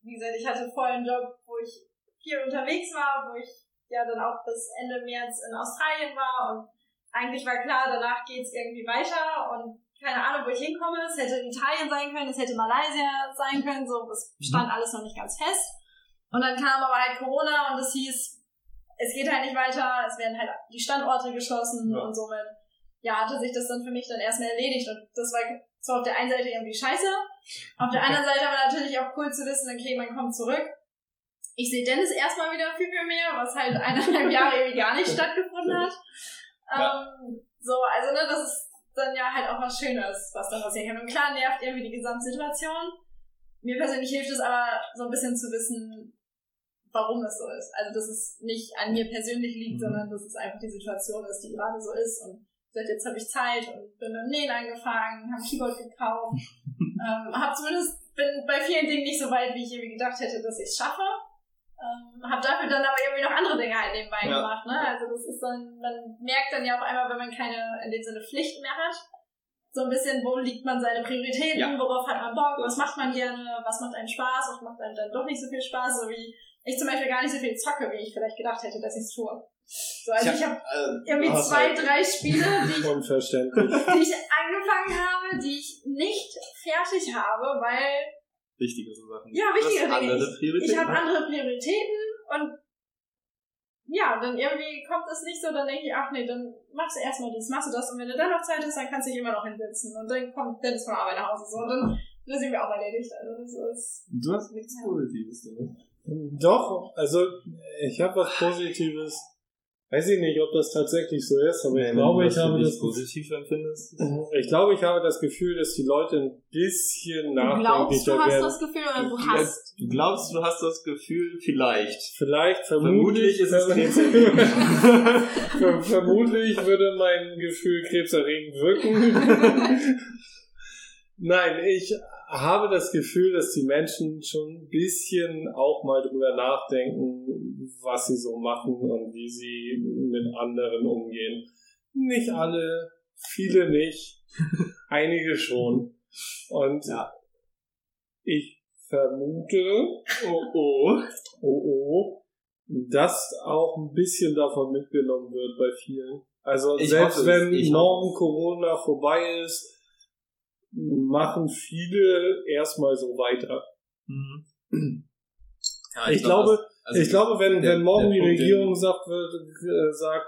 Speaker 3: wie gesagt, ich hatte vorher einen Job, wo ich viel unterwegs war, wo ich ja dann auch bis Ende März in Australien war und eigentlich war klar, danach geht's irgendwie weiter und keine Ahnung, wo ich hinkomme. Es hätte Italien sein können, es hätte Malaysia sein können, so, es
Speaker 2: Mhm.
Speaker 3: stand alles noch nicht ganz fest. Und dann kam aber halt Corona und es hieß, es geht halt nicht weiter, es werden halt die Standorte geschlossen
Speaker 2: Ja.
Speaker 3: und somit, ja, hatte sich das dann für mich dann erstmal erledigt und das war so auf der einen Seite irgendwie scheiße, auf der anderen Seite aber natürlich auch cool zu wissen, okay, man kommt zurück. Ich sehe Dennis erstmal wieder viel, viel mehr, was halt eineinhalb Jahre irgendwie gar nicht stattgefunden hat. Ähm, so, also, ne, das ist dann ja halt auch was Schönes, was da passieren kann. Und klar nervt irgendwie die Gesamtsituation. Mir persönlich hilft es aber, so ein bisschen zu wissen, warum es so ist. Also, dass es nicht an mir persönlich liegt,
Speaker 2: Mhm.
Speaker 3: sondern dass es einfach die Situation ist, die gerade so ist. Und seit jetzt habe ich Zeit und bin mit dem Nähen angefangen, habe Keyboard
Speaker 2: <laughs>
Speaker 3: gekauft, ähm, habe zumindest, bin bei vielen Dingen nicht so weit, wie ich irgendwie gedacht hätte, dass ich es schaffe. Ähm, hab dafür dann aber irgendwie noch andere Dinge halt nebenbei
Speaker 2: Ja.
Speaker 3: gemacht, ne? Also das ist dann, man merkt dann ja auf einmal, wenn man keine, in dem Sinne Pflichten mehr hat, so ein bisschen, wo liegt man seine Prioritäten,
Speaker 2: Ja.
Speaker 3: worauf hat man Bock, was
Speaker 2: Das-
Speaker 3: macht man gerne, was macht einem Spaß, was macht einem dann doch nicht so viel Spaß, so wie ich zum Beispiel gar nicht so viel zocke, wie ich vielleicht gedacht hätte, dass ich es tue. So, also ich habe irgendwie
Speaker 2: du hast
Speaker 3: zwei,
Speaker 2: halt-
Speaker 3: drei Spiele, die ich
Speaker 1: Unverständlich.
Speaker 3: die ich angefangen habe, die ich nicht fertig habe, weil
Speaker 2: wichtigere Sachen.
Speaker 3: Ja, wichtigere
Speaker 2: Das
Speaker 3: Dinge.
Speaker 2: andere Prioritäten.
Speaker 3: ich habe andere Prioritäten und ja, dann irgendwie kommt es nicht so, dann denke ich, ach nee, dann machst du erstmal dies, machst du das und wenn du dann noch Zeit hast, dann kannst du dich immer noch hinsetzen und dann kommt Dennis von der Arbeit nach Hause so und dann das sind wir auch erledigt. Also das ist
Speaker 2: Du hast nichts Positives damit.
Speaker 1: Doch, also ich habe was Positives. Weiß ich nicht, ob das tatsächlich so ist, aber ich glaube, ich habe das
Speaker 2: positiv empfindest.
Speaker 1: <clears throat> ich glaube, ich habe das Gefühl, dass die Leute ein bisschen
Speaker 3: glaubst
Speaker 1: nachdenklicher
Speaker 3: du hast
Speaker 1: werden.
Speaker 3: das Gefühl oder
Speaker 2: Du
Speaker 3: du hast
Speaker 2: Du glaubst, du hast das Gefühl, vielleicht.
Speaker 1: Vielleicht, vermutlich,
Speaker 2: Vermutlich ist
Speaker 1: <laughs>
Speaker 2: es
Speaker 1: Ver- vermutlich würde mein Gefühl krebserregend wirken. Nein, ich habe das Gefühl, dass die Menschen schon ein bisschen auch mal drüber nachdenken, was sie so machen und wie sie mit anderen umgehen. Nicht alle, viele nicht,
Speaker 2: <laughs>
Speaker 1: einige schon. Und
Speaker 2: Ja.
Speaker 1: ich vermute,
Speaker 2: Oh, oh.
Speaker 1: oh, oh, dass auch ein bisschen davon mitgenommen wird bei vielen. Also
Speaker 2: Ich
Speaker 1: selbst
Speaker 2: hoffe es,
Speaker 1: wenn
Speaker 2: ich
Speaker 1: morgen
Speaker 2: hoffe es.
Speaker 1: Corona vorbei ist, machen viele erstmal so weiter.
Speaker 2: Mhm. Ja,
Speaker 1: Ich,
Speaker 2: glaub,
Speaker 1: glaube,
Speaker 2: das- also
Speaker 1: ich glaube, wenn,
Speaker 2: der-
Speaker 1: wenn morgen
Speaker 2: der
Speaker 1: die
Speaker 2: Punkt, den-
Speaker 1: Regierung sagt, wird, äh, sagt,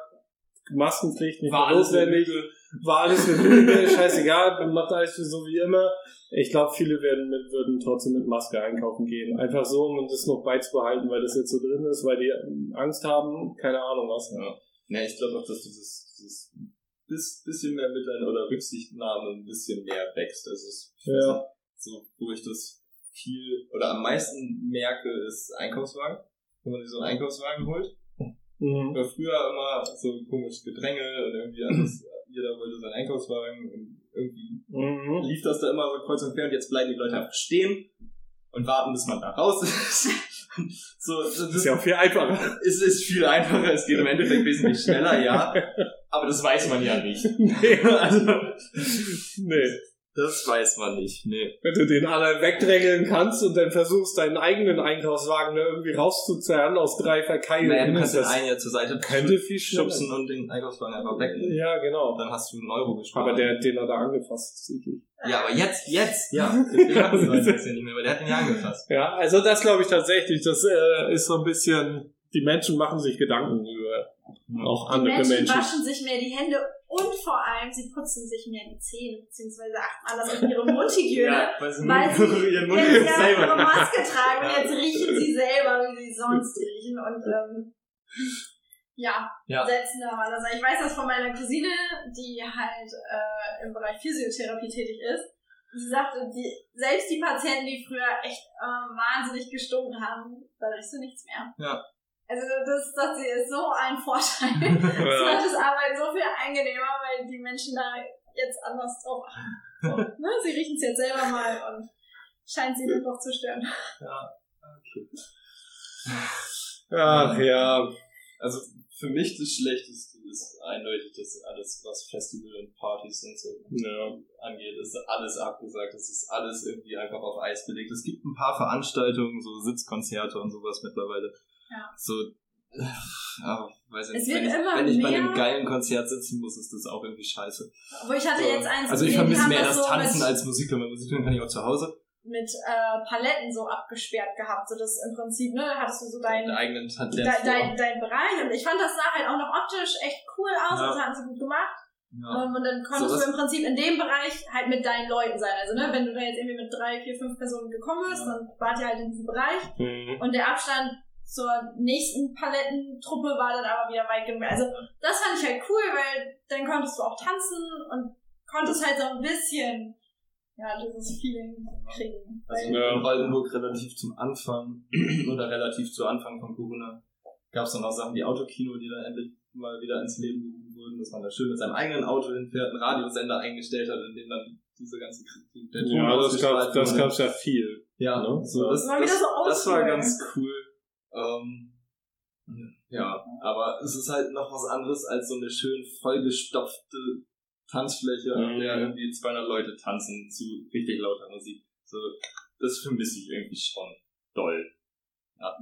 Speaker 1: Maskenpflicht nicht
Speaker 2: war
Speaker 1: mehr
Speaker 2: alles
Speaker 1: notwendig,
Speaker 2: notwendig.
Speaker 1: war <laughs> alles eine Lüge, scheißegal, man macht alles so wie immer. Ich glaube, viele werden mit, würden trotzdem mit Maske einkaufen gehen. Einfach so, um das noch beizubehalten, weil das jetzt so drin ist, weil die ähm, Angst haben, keine Ahnung was.
Speaker 2: Ja. Ja, ich glaube auch, dass dieses, dieses bis, bisschen mehr Mitleid oder Rücksichtnahme ein bisschen mehr wächst. Also es, ich weiß
Speaker 1: Ja.
Speaker 2: nicht, so, wo ich das viel oder am meisten merke, ist Einkaufswagen. Wenn man sich so einen Einkaufswagen holt.
Speaker 1: Mhm.
Speaker 2: War früher immer so komisches Gedränge und irgendwie alles,
Speaker 1: <clears throat>
Speaker 2: jeder wollte seinen Einkaufswagen und irgendwie
Speaker 1: Mhm.
Speaker 2: lief das da immer so kreuz und quer und jetzt bleiben die Leute einfach stehen und warten, bis man da raus <laughs> ist. so, das
Speaker 1: Das ist ja auch viel einfacher. <laughs>
Speaker 2: es ist viel einfacher, es geht im Endeffekt wesentlich schneller, ja. Aber das weiß man <laughs> ja nicht.
Speaker 1: nee.
Speaker 2: Also,
Speaker 1: nee.
Speaker 2: das weiß man nicht, ne. nee.
Speaker 1: Wenn du den anderen wegdrängeln kannst und dann versuchst, deinen eigenen Einkaufswagen da irgendwie rauszuzerren aus drei Verkeilen,
Speaker 2: Naja, du
Speaker 1: dann
Speaker 2: kannst
Speaker 1: ist
Speaker 2: den
Speaker 1: das
Speaker 2: einen ja zur Seite
Speaker 1: könnte viel schneller
Speaker 2: schubsen und den Einkaufswagen einfach
Speaker 1: sein.
Speaker 2: wegnehmen.
Speaker 1: Ja, genau.
Speaker 2: Dann hast du einen Euro gespart.
Speaker 1: Aber der, den hat er angefasst, das sieht
Speaker 2: ja, aber jetzt, jetzt, ja. Den hatten sie jetzt ja nicht mehr, weil der hat den ja angefasst.
Speaker 1: Ja, also das glaube ich tatsächlich. Das äh, ist so ein bisschen, die Menschen machen sich Gedanken über auch andere
Speaker 3: Menschen,
Speaker 1: Menschen.
Speaker 3: waschen sich mehr die Hände und vor allem sie putzen sich mehr die Zähne, beziehungsweise achten anders auf ihre Mundhygiene.
Speaker 2: weil sie
Speaker 3: Weil sie
Speaker 2: <laughs> ihren Mund
Speaker 3: Jetzt ja
Speaker 2: selber.
Speaker 3: ihre Maske tragen und
Speaker 2: Ja.
Speaker 3: jetzt riechen sie selber, wie sie sonst riechen. Und ähm, ja,
Speaker 2: Ja.
Speaker 3: setzen da mal. Also ich weiß das von meiner Cousine, die halt äh, im Bereich Physiotherapie tätig ist. Sie sagte, die, selbst die Patienten, die früher echt äh, wahnsinnig gestunken haben, da riechst du nichts mehr.
Speaker 2: Ja.
Speaker 3: Also das, das hier ist so ein
Speaker 2: <laughs>
Speaker 3: Vorteil. Das macht das Arbeiten so viel angenehmer, weil die Menschen da jetzt anders drauf achten. So, ne? Sie riechen es jetzt selber mal und scheint sie doch zu stören.
Speaker 1: Ach ja.
Speaker 2: Also für mich das Schlechteste ist eindeutig, dass alles, was Festival und Partys und so
Speaker 1: ja.
Speaker 2: angeht, ist alles abgesagt. Es ist alles irgendwie einfach auf Eis belegt. Es gibt ein paar Veranstaltungen, so Sitzkonzerte und sowas mittlerweile.
Speaker 3: Ja.
Speaker 2: So, Aber weiß ich
Speaker 3: Es
Speaker 2: nicht,
Speaker 3: wird
Speaker 2: wenn ich,
Speaker 3: immer
Speaker 2: wenn ich bei
Speaker 3: mehr-
Speaker 2: einem geilen Konzert sitzen muss, ist das auch irgendwie scheiße.
Speaker 3: Wo ich hatte jetzt eins
Speaker 2: Also ich
Speaker 3: gesehen, die
Speaker 2: vermisse
Speaker 3: haben
Speaker 2: mehr das
Speaker 3: so
Speaker 2: Tanzen
Speaker 3: mit,
Speaker 2: als Musik hören. Weil Musik hören kann ich auch zu Hause.
Speaker 3: mit äh, Paletten so abgesperrt gehabt. So das im Prinzip, ne, da hattest du so dein,
Speaker 2: Deinen eigenen Tanz
Speaker 3: dein, dein, dein Bereich. Und ich fand, das sah halt auch noch optisch echt cool aus.
Speaker 2: Ja.
Speaker 3: Das haben sie gut gemacht.
Speaker 2: ja.
Speaker 3: Ähm, Und dann konntest
Speaker 2: So, das-
Speaker 3: du im Prinzip in dem Bereich halt mit deinen Leuten sein. Also, ne, wenn du da jetzt irgendwie mit drei, vier, fünf Personen gekommen bist,
Speaker 2: Ja.
Speaker 3: dann wart ihr halt in diesem Bereich.
Speaker 1: Mhm.
Speaker 3: Und der Abstand zur nächsten Palettentruppe war dann aber wieder weit genug. Also, das fand ich halt cool, weil dann konntest du auch tanzen und konntest halt so ein bisschen, ja, dieses Feeling kriegen.
Speaker 2: Also
Speaker 3: Weil-
Speaker 2: in Oldenburg relativ zum Anfang <clears throat> oder relativ zu Anfang von Corona gab es dann auch Sachen wie Autokino, die dann endlich mal wieder ins Leben gerufen wurden, dass man da schön mit seinem eigenen Auto hinfährt, einen Radiosender eingestellt hat, in dem dann diese ganze Kritik der Ton
Speaker 1: Ja, das
Speaker 2: ausgestrahlt
Speaker 1: gab das
Speaker 2: wurde.
Speaker 1: gab's ja viel.
Speaker 2: Ja,
Speaker 1: Ne?
Speaker 2: so, das,
Speaker 3: Das war wieder
Speaker 2: das,
Speaker 3: so
Speaker 2: das war
Speaker 3: oldschool.
Speaker 2: ganz cool. Ähm, ja, aber es ist halt noch was anderes als so eine schön vollgestopfte Tanzfläche, an
Speaker 1: Mhm.
Speaker 2: der irgendwie 200 Leute tanzen zu richtig lauter Musik. So, das vermisse ich irgendwie schon doll.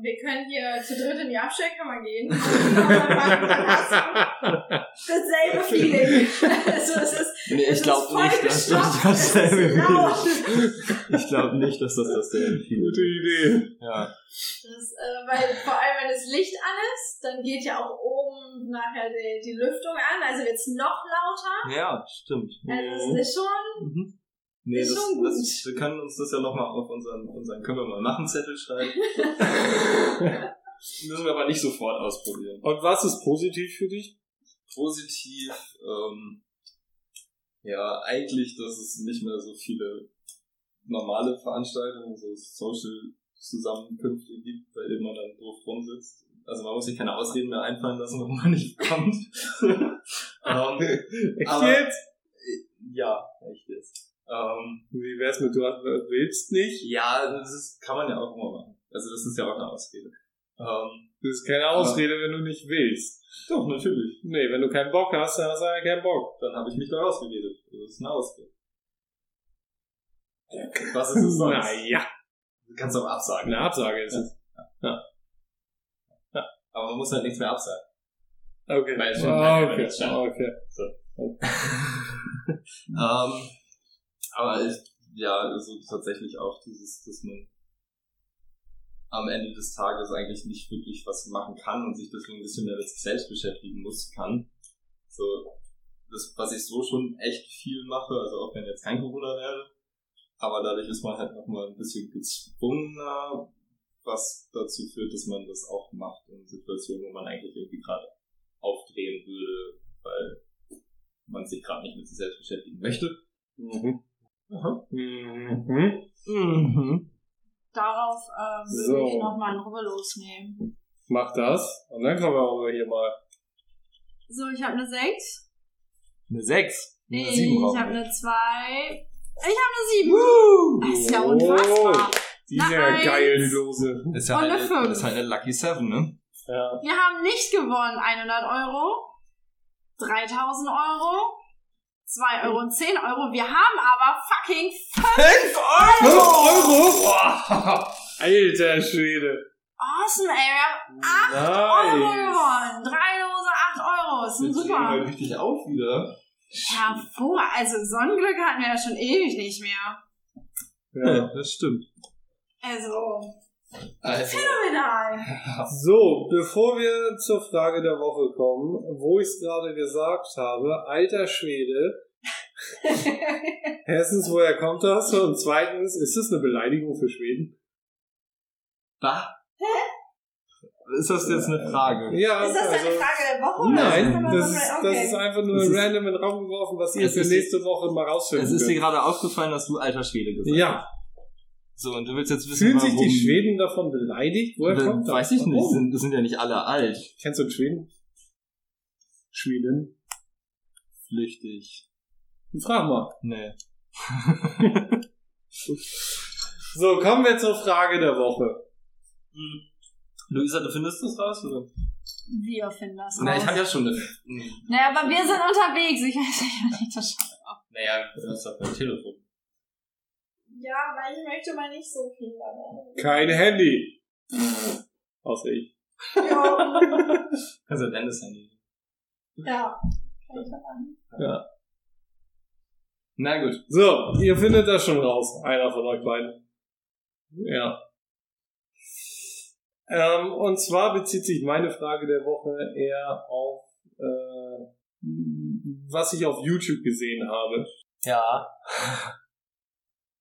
Speaker 3: Wir können hier zu dritt in die Abstellkammer gehen. Und dann hast du dasselbe Feeling. Also, es ist,
Speaker 2: Nee,
Speaker 3: Es
Speaker 2: ich
Speaker 3: ist
Speaker 2: glaube nicht, dass das
Speaker 3: vollgestopft, es ist
Speaker 2: dasselbe
Speaker 3: laut.
Speaker 2: ist. genau. Ich glaube nicht, dass das dasselbe
Speaker 1: Gute
Speaker 2: ist.
Speaker 1: Idee.
Speaker 2: Ja.
Speaker 3: Das, äh, weil vor allem, wenn das Licht an ist, dann geht ja auch oben nachher die, die Lüftung an, also wird's noch lauter.
Speaker 2: ja, stimmt.
Speaker 3: Also es ist schon,
Speaker 2: Mhm. Nee,
Speaker 3: Ist
Speaker 2: das,
Speaker 3: schon gut.
Speaker 2: das, wir können uns das ja nochmal auf unseren, unseren können wir mal machen Zettel
Speaker 3: <laughs>
Speaker 2: schreiben. Müssen wir aber nicht sofort ausprobieren.
Speaker 1: Und was ist positiv für dich?
Speaker 2: Positiv, ähm, ja, eigentlich, dass es nicht mehr so viele normale Veranstaltungen, so Social-Zusammenkünfte gibt, bei denen man dann doof rumsitzt. Also man muss sich keine Ausreden mehr einfallen lassen, warum man nicht kommt. <laughs> ähm,
Speaker 1: Echt
Speaker 2: Aber-
Speaker 1: jetzt?
Speaker 2: ja, echt jetzt. Ähm,
Speaker 1: Wie wär's mit du willst nicht?
Speaker 2: Ja, also das ist, kann man ja auch immer machen. Also das ist ja auch eine Ausrede. Ähm,
Speaker 1: Das ist keine Ausrede, wenn du nicht willst.
Speaker 2: doch, natürlich.
Speaker 1: Nee, wenn du keinen Bock hast, dann hast du ja keinen Bock.
Speaker 2: Dann habe ich mich da rausgeredet. Das ist eine Ausrede. Was ist
Speaker 1: <laughs>
Speaker 2: es sonst?
Speaker 1: Naja,
Speaker 2: Du kannst auch absagen.
Speaker 1: eine Absage ist es.
Speaker 2: Aber man muss halt nichts mehr absagen.
Speaker 1: Okay.
Speaker 2: Weil es schon
Speaker 1: Ah,
Speaker 2: lange
Speaker 1: okay.
Speaker 2: nicht stand.
Speaker 1: Ah, okay.
Speaker 2: <laughs> Ähm, aber ich, ja, also tatsächlich auch dieses, dass man am Ende des Tages eigentlich nicht wirklich was machen kann und sich deswegen ein bisschen mehr mit sich selbst beschäftigen muss, kann. So, das, was ich so schon echt viel mache, also auch wenn jetzt kein Corona wäre, aber dadurch ist man halt nochmal ein bisschen gezwungener, was dazu führt, dass man das auch macht in Situationen, wo man eigentlich irgendwie gerade aufdrehen würde, weil man sich gerade nicht mit sich selbst beschäftigen möchte.
Speaker 1: Mhm. Mhm.
Speaker 2: Mhm.
Speaker 4: Darauf äh, würde
Speaker 1: So.
Speaker 4: ich nochmal einen Rubbellos nehmen.
Speaker 1: Mach das und dann kommen wir auch hier mal.
Speaker 4: So, ich habe eine 6.
Speaker 2: Eine 6. Eine
Speaker 4: Ich,
Speaker 2: 7
Speaker 4: habe
Speaker 2: brauchen wir.
Speaker 4: eine 2. Ich habe eine 7. Das ist ja
Speaker 1: Oh.
Speaker 4: unfassbar.
Speaker 1: Diese
Speaker 4: Nein.
Speaker 1: geilen Lose.
Speaker 2: Ist ja
Speaker 4: Und eine
Speaker 2: eine,
Speaker 4: Fünf.
Speaker 2: ist halt eine Lucky 7, <laughs> ne?
Speaker 1: Ja.
Speaker 4: Wir haben nicht gewonnen 100 Euro, 3000 Euro, 2 Euro und 10 Euro. Wir haben aber fucking 5
Speaker 1: 5
Speaker 4: Euro.
Speaker 1: Euro? Alter Schwede.
Speaker 4: Awesome, ey. Wir haben 8 Euro
Speaker 1: Nice.
Speaker 4: gewonnen. 3 Lose, 8 Euro. Ist ein
Speaker 2: Jetzt legen wir
Speaker 4: super.
Speaker 2: richtig auf wieder.
Speaker 4: Hervor. Also Sonnenglück hatten wir ja schon ewig nicht mehr.
Speaker 1: Ja.
Speaker 2: das stimmt.
Speaker 4: Also,
Speaker 2: Also,
Speaker 4: phänomenal.
Speaker 1: So, bevor wir zur Frage der Woche kommen, wo ich es gerade gesagt habe,
Speaker 4: <laughs>
Speaker 1: alter Schwede. Erstens, woher kommt das? Und zweitens, ist das eine Beleidigung für Schweden?
Speaker 2: bah. Ist das jetzt eine Frage?
Speaker 1: Ja,
Speaker 3: ist das deine
Speaker 1: also-
Speaker 3: Frage der Woche? oder
Speaker 2: ist
Speaker 1: Nein,
Speaker 2: das
Speaker 1: das ist, das ist einfach nur
Speaker 2: Das ist-
Speaker 1: random in den Raum geworfen, was ihr
Speaker 2: Es
Speaker 1: für
Speaker 2: ist-
Speaker 1: nächste Woche mal rausfinden
Speaker 2: Es ist dir
Speaker 1: könnt.
Speaker 2: gerade aufgefallen, dass du alter Schwede gesagt
Speaker 1: Ja,
Speaker 2: hast. So, und du willst jetzt wissen,
Speaker 1: fühlen sich
Speaker 2: warum...
Speaker 1: die Schweden davon beleidigt? Woher
Speaker 2: Dann
Speaker 1: kommt das?
Speaker 2: Weiß ich nicht,
Speaker 1: Warum?
Speaker 2: sind, sind ja nicht alle alt.
Speaker 1: Kennst du einen Schweden? Schweden?
Speaker 2: Flüchtig.
Speaker 1: Frag mal.
Speaker 2: Nee.
Speaker 1: So, kommen wir zur Frage der Woche.
Speaker 2: Luisa, du findest das raus, oder?
Speaker 4: Wir finden das
Speaker 2: Na, ich
Speaker 4: raus.
Speaker 2: habe ja schon eine... hm.
Speaker 4: Naja, aber wir sind unterwegs. Ich weiß nicht, ob ich das schaffe.
Speaker 2: Naja, du hast doch kein Telefon. <laughs>
Speaker 3: Ja, weil ich möchte mal nicht so viel. dabei.
Speaker 1: Kein Handy. Außer ich.
Speaker 2: Kannst du Dennis annehmen.
Speaker 3: ja. Kann ich das an?
Speaker 2: Na gut.
Speaker 1: So, ihr findet das schon raus. Einer von euch beiden. Ja. Ähm, und zwar bezieht sich meine Frage der Woche eher auf, äh, was ich auf YouTube gesehen habe.
Speaker 2: Ja.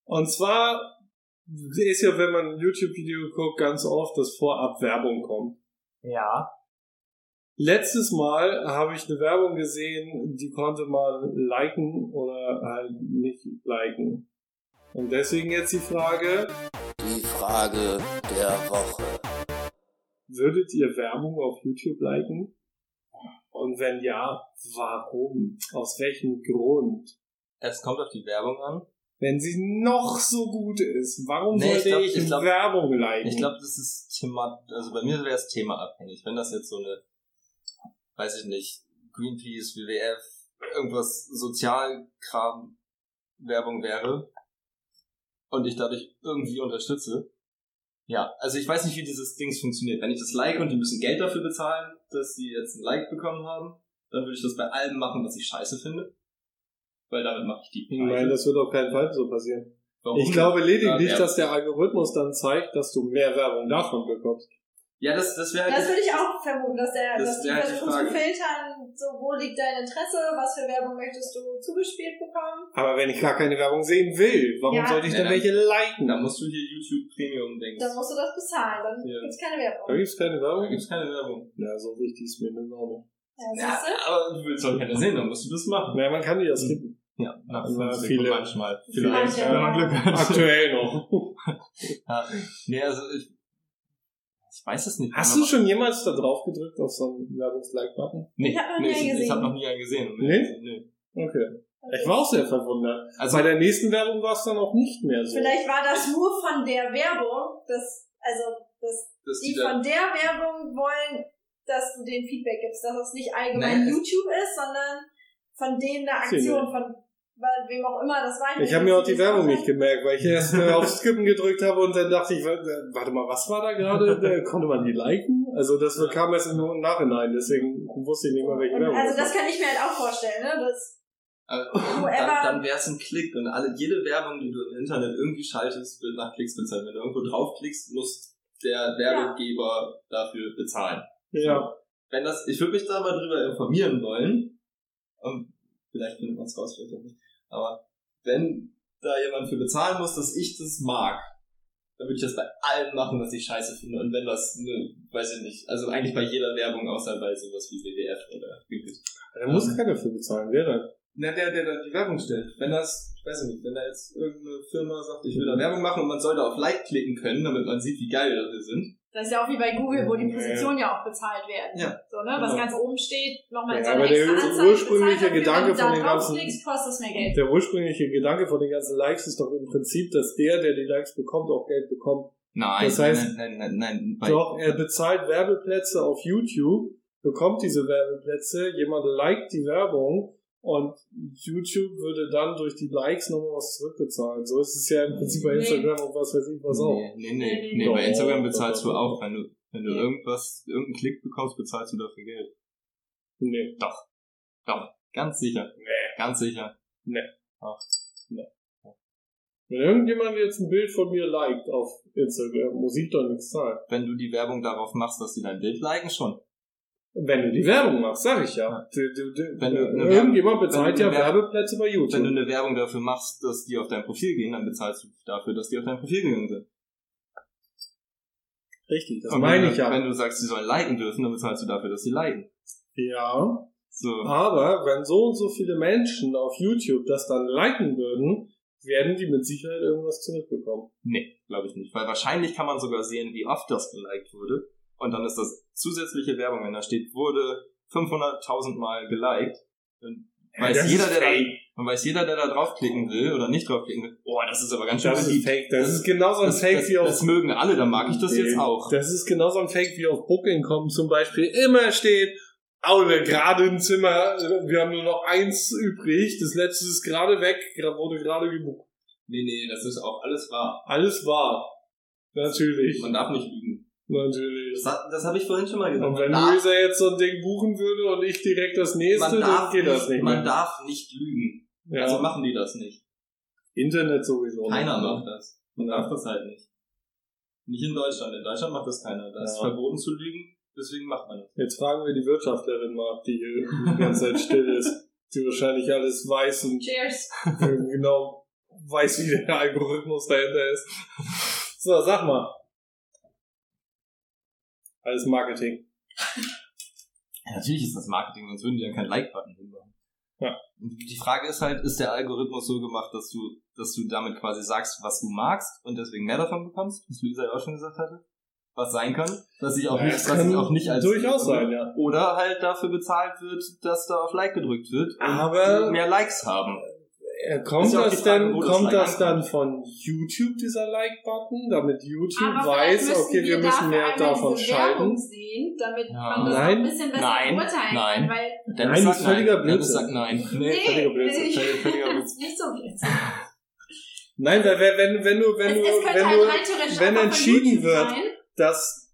Speaker 1: Und zwar ist ja, wenn man ein YouTube-Video guckt, ganz oft, dass vorab Werbung kommt.
Speaker 2: Ja.
Speaker 1: Letztes Mal habe ich eine Werbung gesehen, die konnte man liken oder halt nicht liken. Und deswegen jetzt die Frage,
Speaker 5: Die Frage der Woche.
Speaker 1: würdet ihr Werbung auf YouTube liken? Und wenn ja, warum? Aus welchem Grund?
Speaker 2: Es kommt auf die Werbung an.
Speaker 1: Wenn sie noch so gut ist, warum
Speaker 2: Nee, ich
Speaker 1: sollte
Speaker 2: glaub-
Speaker 1: ich,
Speaker 2: ich glaub-
Speaker 1: Werbung liken?
Speaker 2: Ich glaube, das ist Thema, also bei mir wäre es themaabhängig. Wenn das jetzt so eine, weiß ich nicht, Greenpeace, WWF, irgendwas Sozialkram-Werbung wäre und ich dadurch irgendwie unterstütze. Ja, also ich weiß nicht, wie dieses Dings funktioniert. Wenn ich das like und die müssen Geld dafür bezahlen, dass sie jetzt ein Like bekommen haben, dann würde ich das bei allem machen, was ich scheiße finde. Weil damit mache ich die
Speaker 1: Nein, das wird auf keinen Fall so passieren.
Speaker 2: Warum?
Speaker 1: Ich glaube lediglich,
Speaker 2: Ja,
Speaker 1: dass der Algorithmus dann zeigt, dass du mehr Werbung davon bekommst.
Speaker 2: Ja, das, halt das wäre
Speaker 3: Das würde ich auch vermuten, dass, der,
Speaker 2: Das
Speaker 3: dass die
Speaker 2: wäre die
Speaker 3: versuchen
Speaker 2: Frage.
Speaker 3: zu filtern, so wo liegt dein Interesse, was für Werbung möchtest du zugespielt bekommen.
Speaker 1: Aber wenn ich gar keine Werbung sehen will, warum
Speaker 3: Ja.
Speaker 1: sollte ich
Speaker 2: Ja,
Speaker 1: denn
Speaker 2: dann-
Speaker 1: welche liken?
Speaker 2: Da musst du hier YouTube Premium denken.
Speaker 3: Dann musst du das bezahlen, dann
Speaker 2: Ja.
Speaker 3: gibt's keine
Speaker 1: Da
Speaker 3: Werbung.
Speaker 1: gibt's keine
Speaker 2: Da
Speaker 1: Werbung?
Speaker 2: gibt's keine Werbung.
Speaker 1: Na, so wichtig ist mir eine Werbung.
Speaker 3: Ja,
Speaker 2: Ja,
Speaker 3: siehst du?
Speaker 2: aber du willst doch keiner sehen, dann musst du das machen.
Speaker 1: Naja, man kann die ja skippen. <laughs>
Speaker 2: Ja, nach
Speaker 1: Ja, also
Speaker 2: fünf
Speaker 1: viele-
Speaker 2: Sekunden manchmal.
Speaker 3: Vielleicht,
Speaker 2: Vielleicht.
Speaker 3: ja.
Speaker 2: wenn man Glück hat.
Speaker 1: Aktuell noch.
Speaker 2: <laughs> Ja. Nee, also ich, ich weiß es nicht.
Speaker 1: Hast du schon jemals da drauf gedrückt auf so einen Werbungs-Like-Button?
Speaker 2: Nee,
Speaker 3: Ich hab noch
Speaker 2: nee,
Speaker 3: nie
Speaker 2: ich,
Speaker 3: einen
Speaker 2: ich
Speaker 3: gesehen.
Speaker 2: hab noch nie einen gesehen. Und
Speaker 1: Nee?
Speaker 2: nee.
Speaker 1: Okay. Ich war auch sehr verwundert.
Speaker 2: Also,
Speaker 1: Bei der nächsten Werbung war es dann auch nicht mehr so.
Speaker 3: Vielleicht war das nur von der Werbung, dass, also, dass
Speaker 2: dass
Speaker 3: die
Speaker 2: die da, äh,
Speaker 3: von der Werbung wollen, dass du den Feedback gibst, dass es nicht allgemein
Speaker 2: Nein, es-
Speaker 3: YouTube ist, sondern von denen eine
Speaker 1: Sehen
Speaker 3: Aktion,
Speaker 1: wir.
Speaker 3: von weil- wem auch immer das war.
Speaker 1: Ich habe mir auch die Werbung nicht gemerkt, weil ich erst äh, auf Skippen gedrückt habe und dann dachte ich, wa- äh, warte mal, was war da gerade? Äh, Konnte man die liken? Also das kam erst im Nachhinein, deswegen wusste ich nicht mehr, welche
Speaker 3: Und
Speaker 1: Werbung.
Speaker 3: also
Speaker 1: war.
Speaker 3: das kann ich mir halt auch vorstellen, ne? Das,
Speaker 2: äh,
Speaker 3: Whoever-
Speaker 2: dann, dann wär's ein Klick und alle, jede Werbung, die du im Internet irgendwie schaltest, wird nach Klicks bezahlt. Wenn du irgendwo draufklickst, muss der Werbegeber dafür bezahlen.
Speaker 1: ja.
Speaker 2: wenn das, ich würde mich da mal drüber informieren wollen, und vielleicht findet man es raus, vielleicht auch nicht, aber wenn da jemand für bezahlen muss, dass ich das mag, dann würde ich das bei allem machen, was ich scheiße finde. Und wenn das, ne, weiß ich nicht, also eigentlich bei jeder Werbung, außer bei sowas wie WWF oder Greenpeace.
Speaker 1: Da muss keiner für bezahlen, wer dann?
Speaker 2: Na, der, der da die Werbung stellt. Wenn das, ich weiß nicht, wenn da jetzt irgendeine Firma sagt, ich will da Werbung machen und man soll da auf Like klicken können, damit man sieht, wie geil wir sind.
Speaker 4: Das ist ja auch wie bei Google, wo die
Speaker 1: Nee.
Speaker 4: Positionen ja auch bezahlt werden.
Speaker 2: Ja.
Speaker 4: So, ne? Was
Speaker 1: Ja. Genau.
Speaker 4: ganz oben steht, nochmal in
Speaker 1: Ja,
Speaker 4: so einer
Speaker 1: aber der
Speaker 4: extra
Speaker 1: ur-
Speaker 4: Anzeige
Speaker 1: ursprüngliche
Speaker 4: bezahlt wird,
Speaker 1: Gedanke
Speaker 4: wenn du
Speaker 1: von den
Speaker 4: da
Speaker 1: ganzen-
Speaker 4: draufklickst, kostet es mehr Geld.
Speaker 1: Der ursprüngliche Gedanke von den ganzen Likes ist doch im Prinzip, dass der, der die Likes bekommt, auch Geld bekommt.
Speaker 2: Nein,
Speaker 1: Das heißt-
Speaker 2: nein, nein, nein, bei-
Speaker 1: Doch, er bezahlt Werbeplätze auf YouTube, bekommt diese Werbeplätze, jemand liked die Werbung und YouTube würde dann durch die Likes nochmal was zurückbezahlen. So ist es ja im Prinzip bei
Speaker 4: Nee.
Speaker 1: Instagram und was weiß ich was auch.
Speaker 2: Nee, nee, nee.
Speaker 4: Nee,
Speaker 2: nee,
Speaker 1: nee.
Speaker 2: bei
Speaker 1: Doch,
Speaker 2: Instagram
Speaker 1: doch,
Speaker 2: bezahlst
Speaker 1: doch,
Speaker 2: du
Speaker 1: doch.
Speaker 2: auch. Wenn du, wenn du
Speaker 4: Ja.
Speaker 2: irgendwas, irgendeinen Klick bekommst, bezahlst du dafür Geld.
Speaker 1: Nee.
Speaker 2: Ganz sicher.
Speaker 1: Nee.
Speaker 2: Ganz sicher.
Speaker 1: Wenn irgendjemand jetzt ein Bild von mir liked auf Instagram, muss ich doch nichts zahlen.
Speaker 2: Wenn du die Werbung darauf machst, dass sie dein Bild liken, schon.
Speaker 1: Wenn du die Werbung machst, sag ich ja. Du, du, du, äh,
Speaker 2: Wenn du eine
Speaker 1: irgendjemand
Speaker 2: Werbung-
Speaker 1: bezahlt
Speaker 2: wenn
Speaker 1: ja
Speaker 2: du eine Werbe-
Speaker 1: Werbeplätze bei
Speaker 2: Wenn du
Speaker 1: YouTube.
Speaker 2: eine Werbung dafür machst, dass die auf dein Profil gehen, dann bezahlst du dafür, dass die auf dein Profil gegangen sind.
Speaker 1: Richtig, das
Speaker 2: Und
Speaker 1: meine
Speaker 2: wenn,
Speaker 1: ich
Speaker 2: du-
Speaker 1: ja.
Speaker 2: Wenn du sagst, sie sollen liken dürfen, dann bezahlst du dafür, dass sie liken.
Speaker 1: ja.
Speaker 2: So.
Speaker 1: Ah. Aber wenn so und so viele Menschen auf YouTube das dann liken würden, werden die mit Sicherheit irgendwas zurückbekommen.
Speaker 2: Nee, glaube ich nicht. Weil wahrscheinlich kann man sogar sehen, wie oft das geliked wurde. Und dann ist das zusätzliche Werbung, wenn da steht, wurde 500.000 Mal geliked. Dann weiß jeder, der da, Dann weiß jeder, der da draufklicken will oder nicht draufklicken will, oh, das ist aber ganz schön
Speaker 1: Das ist
Speaker 2: beliebt.
Speaker 1: fake. Das ist genauso ein
Speaker 2: Das,
Speaker 1: Fake
Speaker 2: das,
Speaker 1: wie auf...
Speaker 2: das mögen alle, dann mag ich das jetzt auch.
Speaker 1: Das ist genauso ein Fake wie auf Booking kommen zum Beispiel. Immer steht, oh, wir gerade im Zimmer, wir haben nur noch eins übrig, das letzte ist gerade weg, wurde gerade gebucht.
Speaker 2: Nee, nee, das ist auch alles wahr.
Speaker 1: Alles wahr. Natürlich.
Speaker 2: Man darf nicht lügen.
Speaker 1: Natürlich.
Speaker 2: Das, das habe ich vorhin schon mal gesagt.
Speaker 1: Und wenn
Speaker 2: man darf,
Speaker 1: Luisa jetzt so ein Ding buchen würde und ich direkt das nächste,
Speaker 2: man
Speaker 1: dann
Speaker 2: darf,
Speaker 1: geht
Speaker 2: nicht,
Speaker 1: das nicht
Speaker 2: man
Speaker 1: mehr.
Speaker 2: darf nicht lügen.
Speaker 1: Ja. Oh
Speaker 2: Also machen die das nicht.
Speaker 1: Internet sowieso.
Speaker 2: Keiner macht das. Man darf das halt nicht. Nicht in Deutschland. In Deutschland macht das keiner. Da ist
Speaker 1: Ja.
Speaker 2: verboten zu lügen, deswegen macht man das.
Speaker 1: Jetzt fragen wir die Wirtschaftlerin mal, die hier die ganze Zeit still ist, die wahrscheinlich alles weiß und
Speaker 6: Cheers.
Speaker 1: genau weiß, wie der Algorithmus dahinter ist. So, sag mal. Alles Marketing.
Speaker 2: Ja, natürlich ist das Marketing, sonst würden die ja keinen Like-Button hinmachen.
Speaker 1: Ja.
Speaker 2: Und Die Frage ist halt, ist der Algorithmus so gemacht, dass du, dass du damit quasi sagst, was du magst und deswegen mehr davon bekommst, was Luisa ja auch schon gesagt hatte? Was sein kann, dass ich auch
Speaker 1: Ja,
Speaker 2: nicht,
Speaker 1: es
Speaker 2: dass
Speaker 1: kann
Speaker 2: ich auch nicht als ne?
Speaker 1: durchaus sein, ja.
Speaker 2: Oder halt dafür bezahlt wird, dass da auf Like gedrückt wird und
Speaker 1: Aber-
Speaker 2: die mehr Likes haben.
Speaker 1: Äh, Kommt
Speaker 2: Ist ja auch
Speaker 1: das
Speaker 2: die Frage,
Speaker 1: dann,
Speaker 2: wo das
Speaker 1: kommt
Speaker 2: Like
Speaker 1: das dann
Speaker 2: ankommt.
Speaker 1: von YouTube, dieser Like-Button, damit YouTube
Speaker 3: Aber vielleicht
Speaker 1: weiß,
Speaker 3: müssen
Speaker 1: okay, wir müssen
Speaker 3: dafür
Speaker 1: mehr
Speaker 3: einmal
Speaker 1: davon
Speaker 3: diese Werbung
Speaker 1: schalten?
Speaker 3: sehen, damit
Speaker 2: Ja.
Speaker 3: man das
Speaker 1: Nein.
Speaker 3: ein bisschen besser
Speaker 2: Nein.
Speaker 3: beurteilen
Speaker 2: Nein.
Speaker 3: kann. Weil,
Speaker 1: Nein, das ist völliger
Speaker 2: Dennis
Speaker 1: Blödsinn.
Speaker 2: sagt nein.
Speaker 3: nee,
Speaker 1: völliger Blödsinn,
Speaker 3: ich-
Speaker 2: völliger- völliger Blödsinn.
Speaker 3: nicht so blödsinn.
Speaker 1: Nein, weil wenn, wenn, wenn du, wenn
Speaker 3: Es,
Speaker 1: du,
Speaker 3: es könnte
Speaker 1: wenn
Speaker 3: halt
Speaker 1: du,
Speaker 3: rein theoretisch
Speaker 1: wenn
Speaker 3: einfach von
Speaker 1: entschieden
Speaker 3: YouTube
Speaker 1: wird,
Speaker 3: sein.
Speaker 1: dass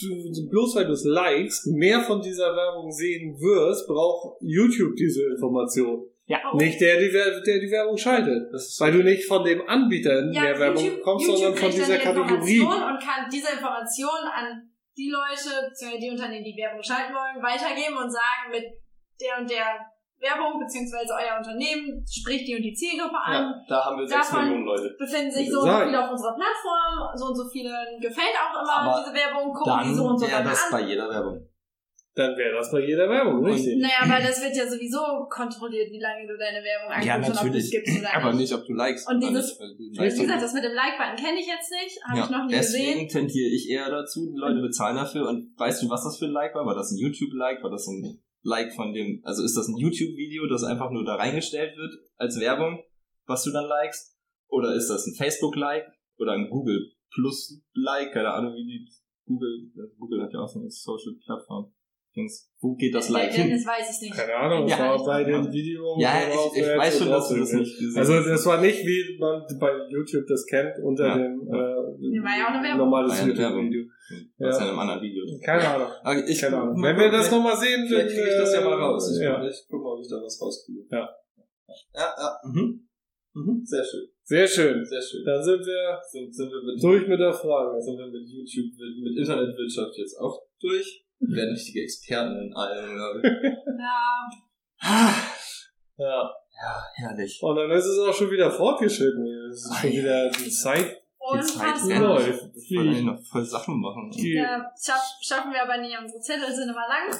Speaker 1: du, bloß weil du es likest, mehr von dieser Werbung sehen wirst, braucht YouTube diese Information.
Speaker 2: Ja.
Speaker 1: Nicht der, die, Wer- der die Werbung schaltet. weil du nicht von dem Anbieter
Speaker 3: Ja,
Speaker 1: mehr Werbung
Speaker 3: YouTube,
Speaker 1: bekommst,
Speaker 3: YouTube
Speaker 1: sondern von
Speaker 3: kriegt
Speaker 1: dieser
Speaker 3: dann die
Speaker 1: Kategorie.
Speaker 3: Information und kann diese Information an die Leute, beziehungsweise die Unternehmen, die Werbung schalten wollen, weitergeben und sagen, mit der und der Werbung, beziehungsweise euer Unternehmen spricht die und die Zielgruppe an,
Speaker 2: Ja, da haben wir sechs
Speaker 3: Davon-
Speaker 2: Millionen Leute.
Speaker 3: befinden sich so und so
Speaker 1: Sagen.
Speaker 3: viele auf unserer Plattform, so und so vielen gefällt auch immer
Speaker 2: Aber
Speaker 3: diese Werbung, gucken die so und
Speaker 2: Dann
Speaker 3: so
Speaker 2: wäre
Speaker 3: lange
Speaker 2: das
Speaker 3: an.
Speaker 2: bei jeder Werbung.
Speaker 1: Dann wäre das bei jeder Werbung, richtig?
Speaker 3: Naja, weil das wird ja sowieso kontrolliert, wie lange du deine Werbung
Speaker 2: Ja,
Speaker 3: anguckst und ob du
Speaker 2: natürlich.
Speaker 3: es gibst oder
Speaker 2: Aber
Speaker 3: nicht.
Speaker 2: nicht, ob du likes
Speaker 3: Und
Speaker 2: oder
Speaker 3: dieses-
Speaker 2: nicht. Weil du
Speaker 3: Wie
Speaker 2: likest
Speaker 3: gesagt, das mit dem Like-Button kenne ich jetzt nicht, habe ich noch nie
Speaker 2: deswegen
Speaker 3: gesehen.
Speaker 2: tendiere ich eher dazu, die Leute bezahlen dafür. Und weißt du, was das für ein Like war? War das ein YouTube-Like? War das ein Like von dem, also ist das ein YouTube-Video, das einfach nur da reingestellt wird als Werbung, was du dann likest? Oder ist das ein Facebook-Like? Oder ein Google Plus-Like? Keine Ahnung, wie die Google, Google hat ja auch so eine Social-Plattform. Dings. Wo geht das Like hin?
Speaker 3: Dennis weiß
Speaker 2: <laughs>
Speaker 3: ich nicht.
Speaker 1: Keine Ahnung, das
Speaker 2: Ja.
Speaker 1: war bei dem Video.
Speaker 2: Ja,
Speaker 1: worauf
Speaker 2: ich, ich
Speaker 1: wir jetzt
Speaker 2: weiß
Speaker 1: so
Speaker 2: schon, dass du
Speaker 1: drauf
Speaker 2: das
Speaker 1: sind.
Speaker 2: nicht gesehen
Speaker 1: Also
Speaker 2: hast.
Speaker 1: das war nicht, wie man bei YouTube das kennt, unter
Speaker 2: Ja.
Speaker 1: dem äh,
Speaker 3: War ja auch eine Werbung.
Speaker 1: normales
Speaker 2: War ja eine
Speaker 1: YouTube-Video.
Speaker 2: Das ist
Speaker 1: Ja.
Speaker 2: ja in einem anderen Video.
Speaker 1: Keine Ahnung.
Speaker 2: Aber ich,
Speaker 1: Keine Ahnung. Wenn wir das nochmal sehen, dann
Speaker 2: Vielleicht kriege ich das ja mal
Speaker 1: äh,
Speaker 2: raus. Ich,
Speaker 1: Ja.
Speaker 2: ich gucke mal, ob ich da was rauskriege.
Speaker 1: Ja.
Speaker 2: Ja, ja. Mhm. Mhm. Sehr schön,
Speaker 1: Sehr schön.
Speaker 2: sehr schön.
Speaker 1: Dann sind wir
Speaker 2: Sind, sind wir mit,
Speaker 1: durch mit der Frage.
Speaker 2: sind wir mit YouTube, mit, mit Internetwirtschaft jetzt auch durch. Wir werden richtige Experten in allem, glaube ich.
Speaker 3: Ja,
Speaker 1: Ja.
Speaker 2: <laughs> Ja, herrlich.
Speaker 1: Und dann ist es auch schon wieder fortgeschritten. hier. Es ist schon
Speaker 2: Ei.
Speaker 1: wieder die Zeit.
Speaker 2: Die
Speaker 3: und
Speaker 2: Zeit
Speaker 3: passen
Speaker 1: rennt.
Speaker 3: wir.
Speaker 1: läuft.
Speaker 2: rennt. Ich wollte eigentlich noch voll Sachen machen.
Speaker 1: Die,
Speaker 3: Ja, schaff, schaffen wir aber nie. Unsere Zettel sind immer lang.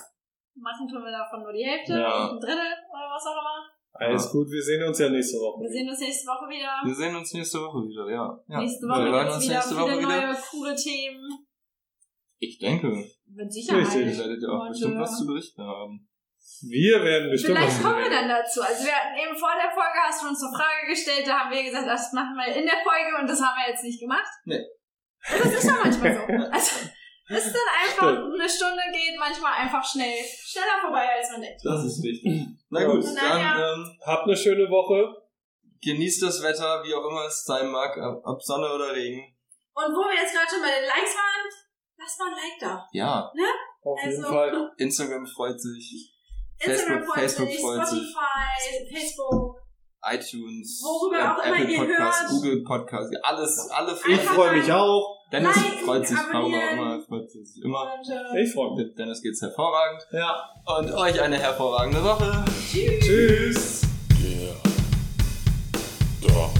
Speaker 3: Machen tun wir davon nur die Hälfte,
Speaker 2: Ja.
Speaker 3: ein Drittel oder was auch immer.
Speaker 1: Alles gut, wir sehen uns ja nächste Woche.
Speaker 3: Wir sehen uns nächste Woche wieder.
Speaker 2: Wir sehen uns nächste Woche wieder, ja. ja.
Speaker 3: Nächste
Speaker 2: wir
Speaker 3: Woche
Speaker 2: hören
Speaker 3: gibt's
Speaker 2: uns
Speaker 3: wieder
Speaker 2: nächste
Speaker 3: viele
Speaker 2: Woche wieder.
Speaker 3: neue, coole Themen.
Speaker 2: Ich denke,
Speaker 3: Mit
Speaker 2: ihr
Speaker 3: Sicherheit.
Speaker 1: Richtig.
Speaker 2: werdet ja auch
Speaker 3: Und,
Speaker 2: bestimmt
Speaker 3: äh,
Speaker 2: was zu berichten haben.
Speaker 1: Wir werden bestimmt
Speaker 3: Vielleicht
Speaker 1: was
Speaker 3: kommen wir dann dazu. Also wir hatten eben vor der Folge, hast du uns eine Frage gestellt, da haben wir gesagt, das machen wir in der Folge und das haben wir jetzt nicht gemacht.
Speaker 2: Nee.
Speaker 3: Aber das ist ja manchmal so.
Speaker 2: <laughs>
Speaker 3: Also, es ist dann einfach,
Speaker 1: Stimmt.
Speaker 3: eine Stunde geht manchmal einfach schnell, schneller vorbei, als man denkt.
Speaker 2: Das ist wichtig. Na
Speaker 1: Ja.
Speaker 2: gut,
Speaker 3: Na ja.
Speaker 2: dann ähm,
Speaker 1: Habt eine schöne Woche.
Speaker 2: genießt das Wetter, wie auch immer es sein mag, ob ob Sonne oder Regen.
Speaker 3: Und wo wir jetzt gerade schon bei den Likes waren, lass mal ein Like da.
Speaker 2: Ja,
Speaker 1: Auf jeden
Speaker 3: Also-
Speaker 1: Fall.
Speaker 2: Instagram freut sich,
Speaker 3: Instagram
Speaker 2: Facebook-
Speaker 3: freut
Speaker 2: Facebook
Speaker 3: sich,
Speaker 2: freut sich.
Speaker 3: Spotify, Facebook.
Speaker 2: iTunes,
Speaker 3: Worüber
Speaker 2: ähm,
Speaker 3: auch immer
Speaker 2: Apple
Speaker 3: ihr
Speaker 2: Podcast,
Speaker 3: hört.
Speaker 2: Google Podcast, alles, alle
Speaker 1: Ich
Speaker 3: Einfach
Speaker 1: freue mich
Speaker 3: mal-
Speaker 1: auch.
Speaker 2: Dennis
Speaker 3: Liken,
Speaker 2: freut sich, warum auch
Speaker 3: abonnieren.
Speaker 2: immer, freut sich immer.
Speaker 3: Und, äh,
Speaker 1: Ich freue mich.
Speaker 2: Mit Dennis geht's hervorragend
Speaker 1: Ja.
Speaker 2: und euch eine hervorragende Woche.
Speaker 1: Tschüss.
Speaker 7: Yeah. Doch.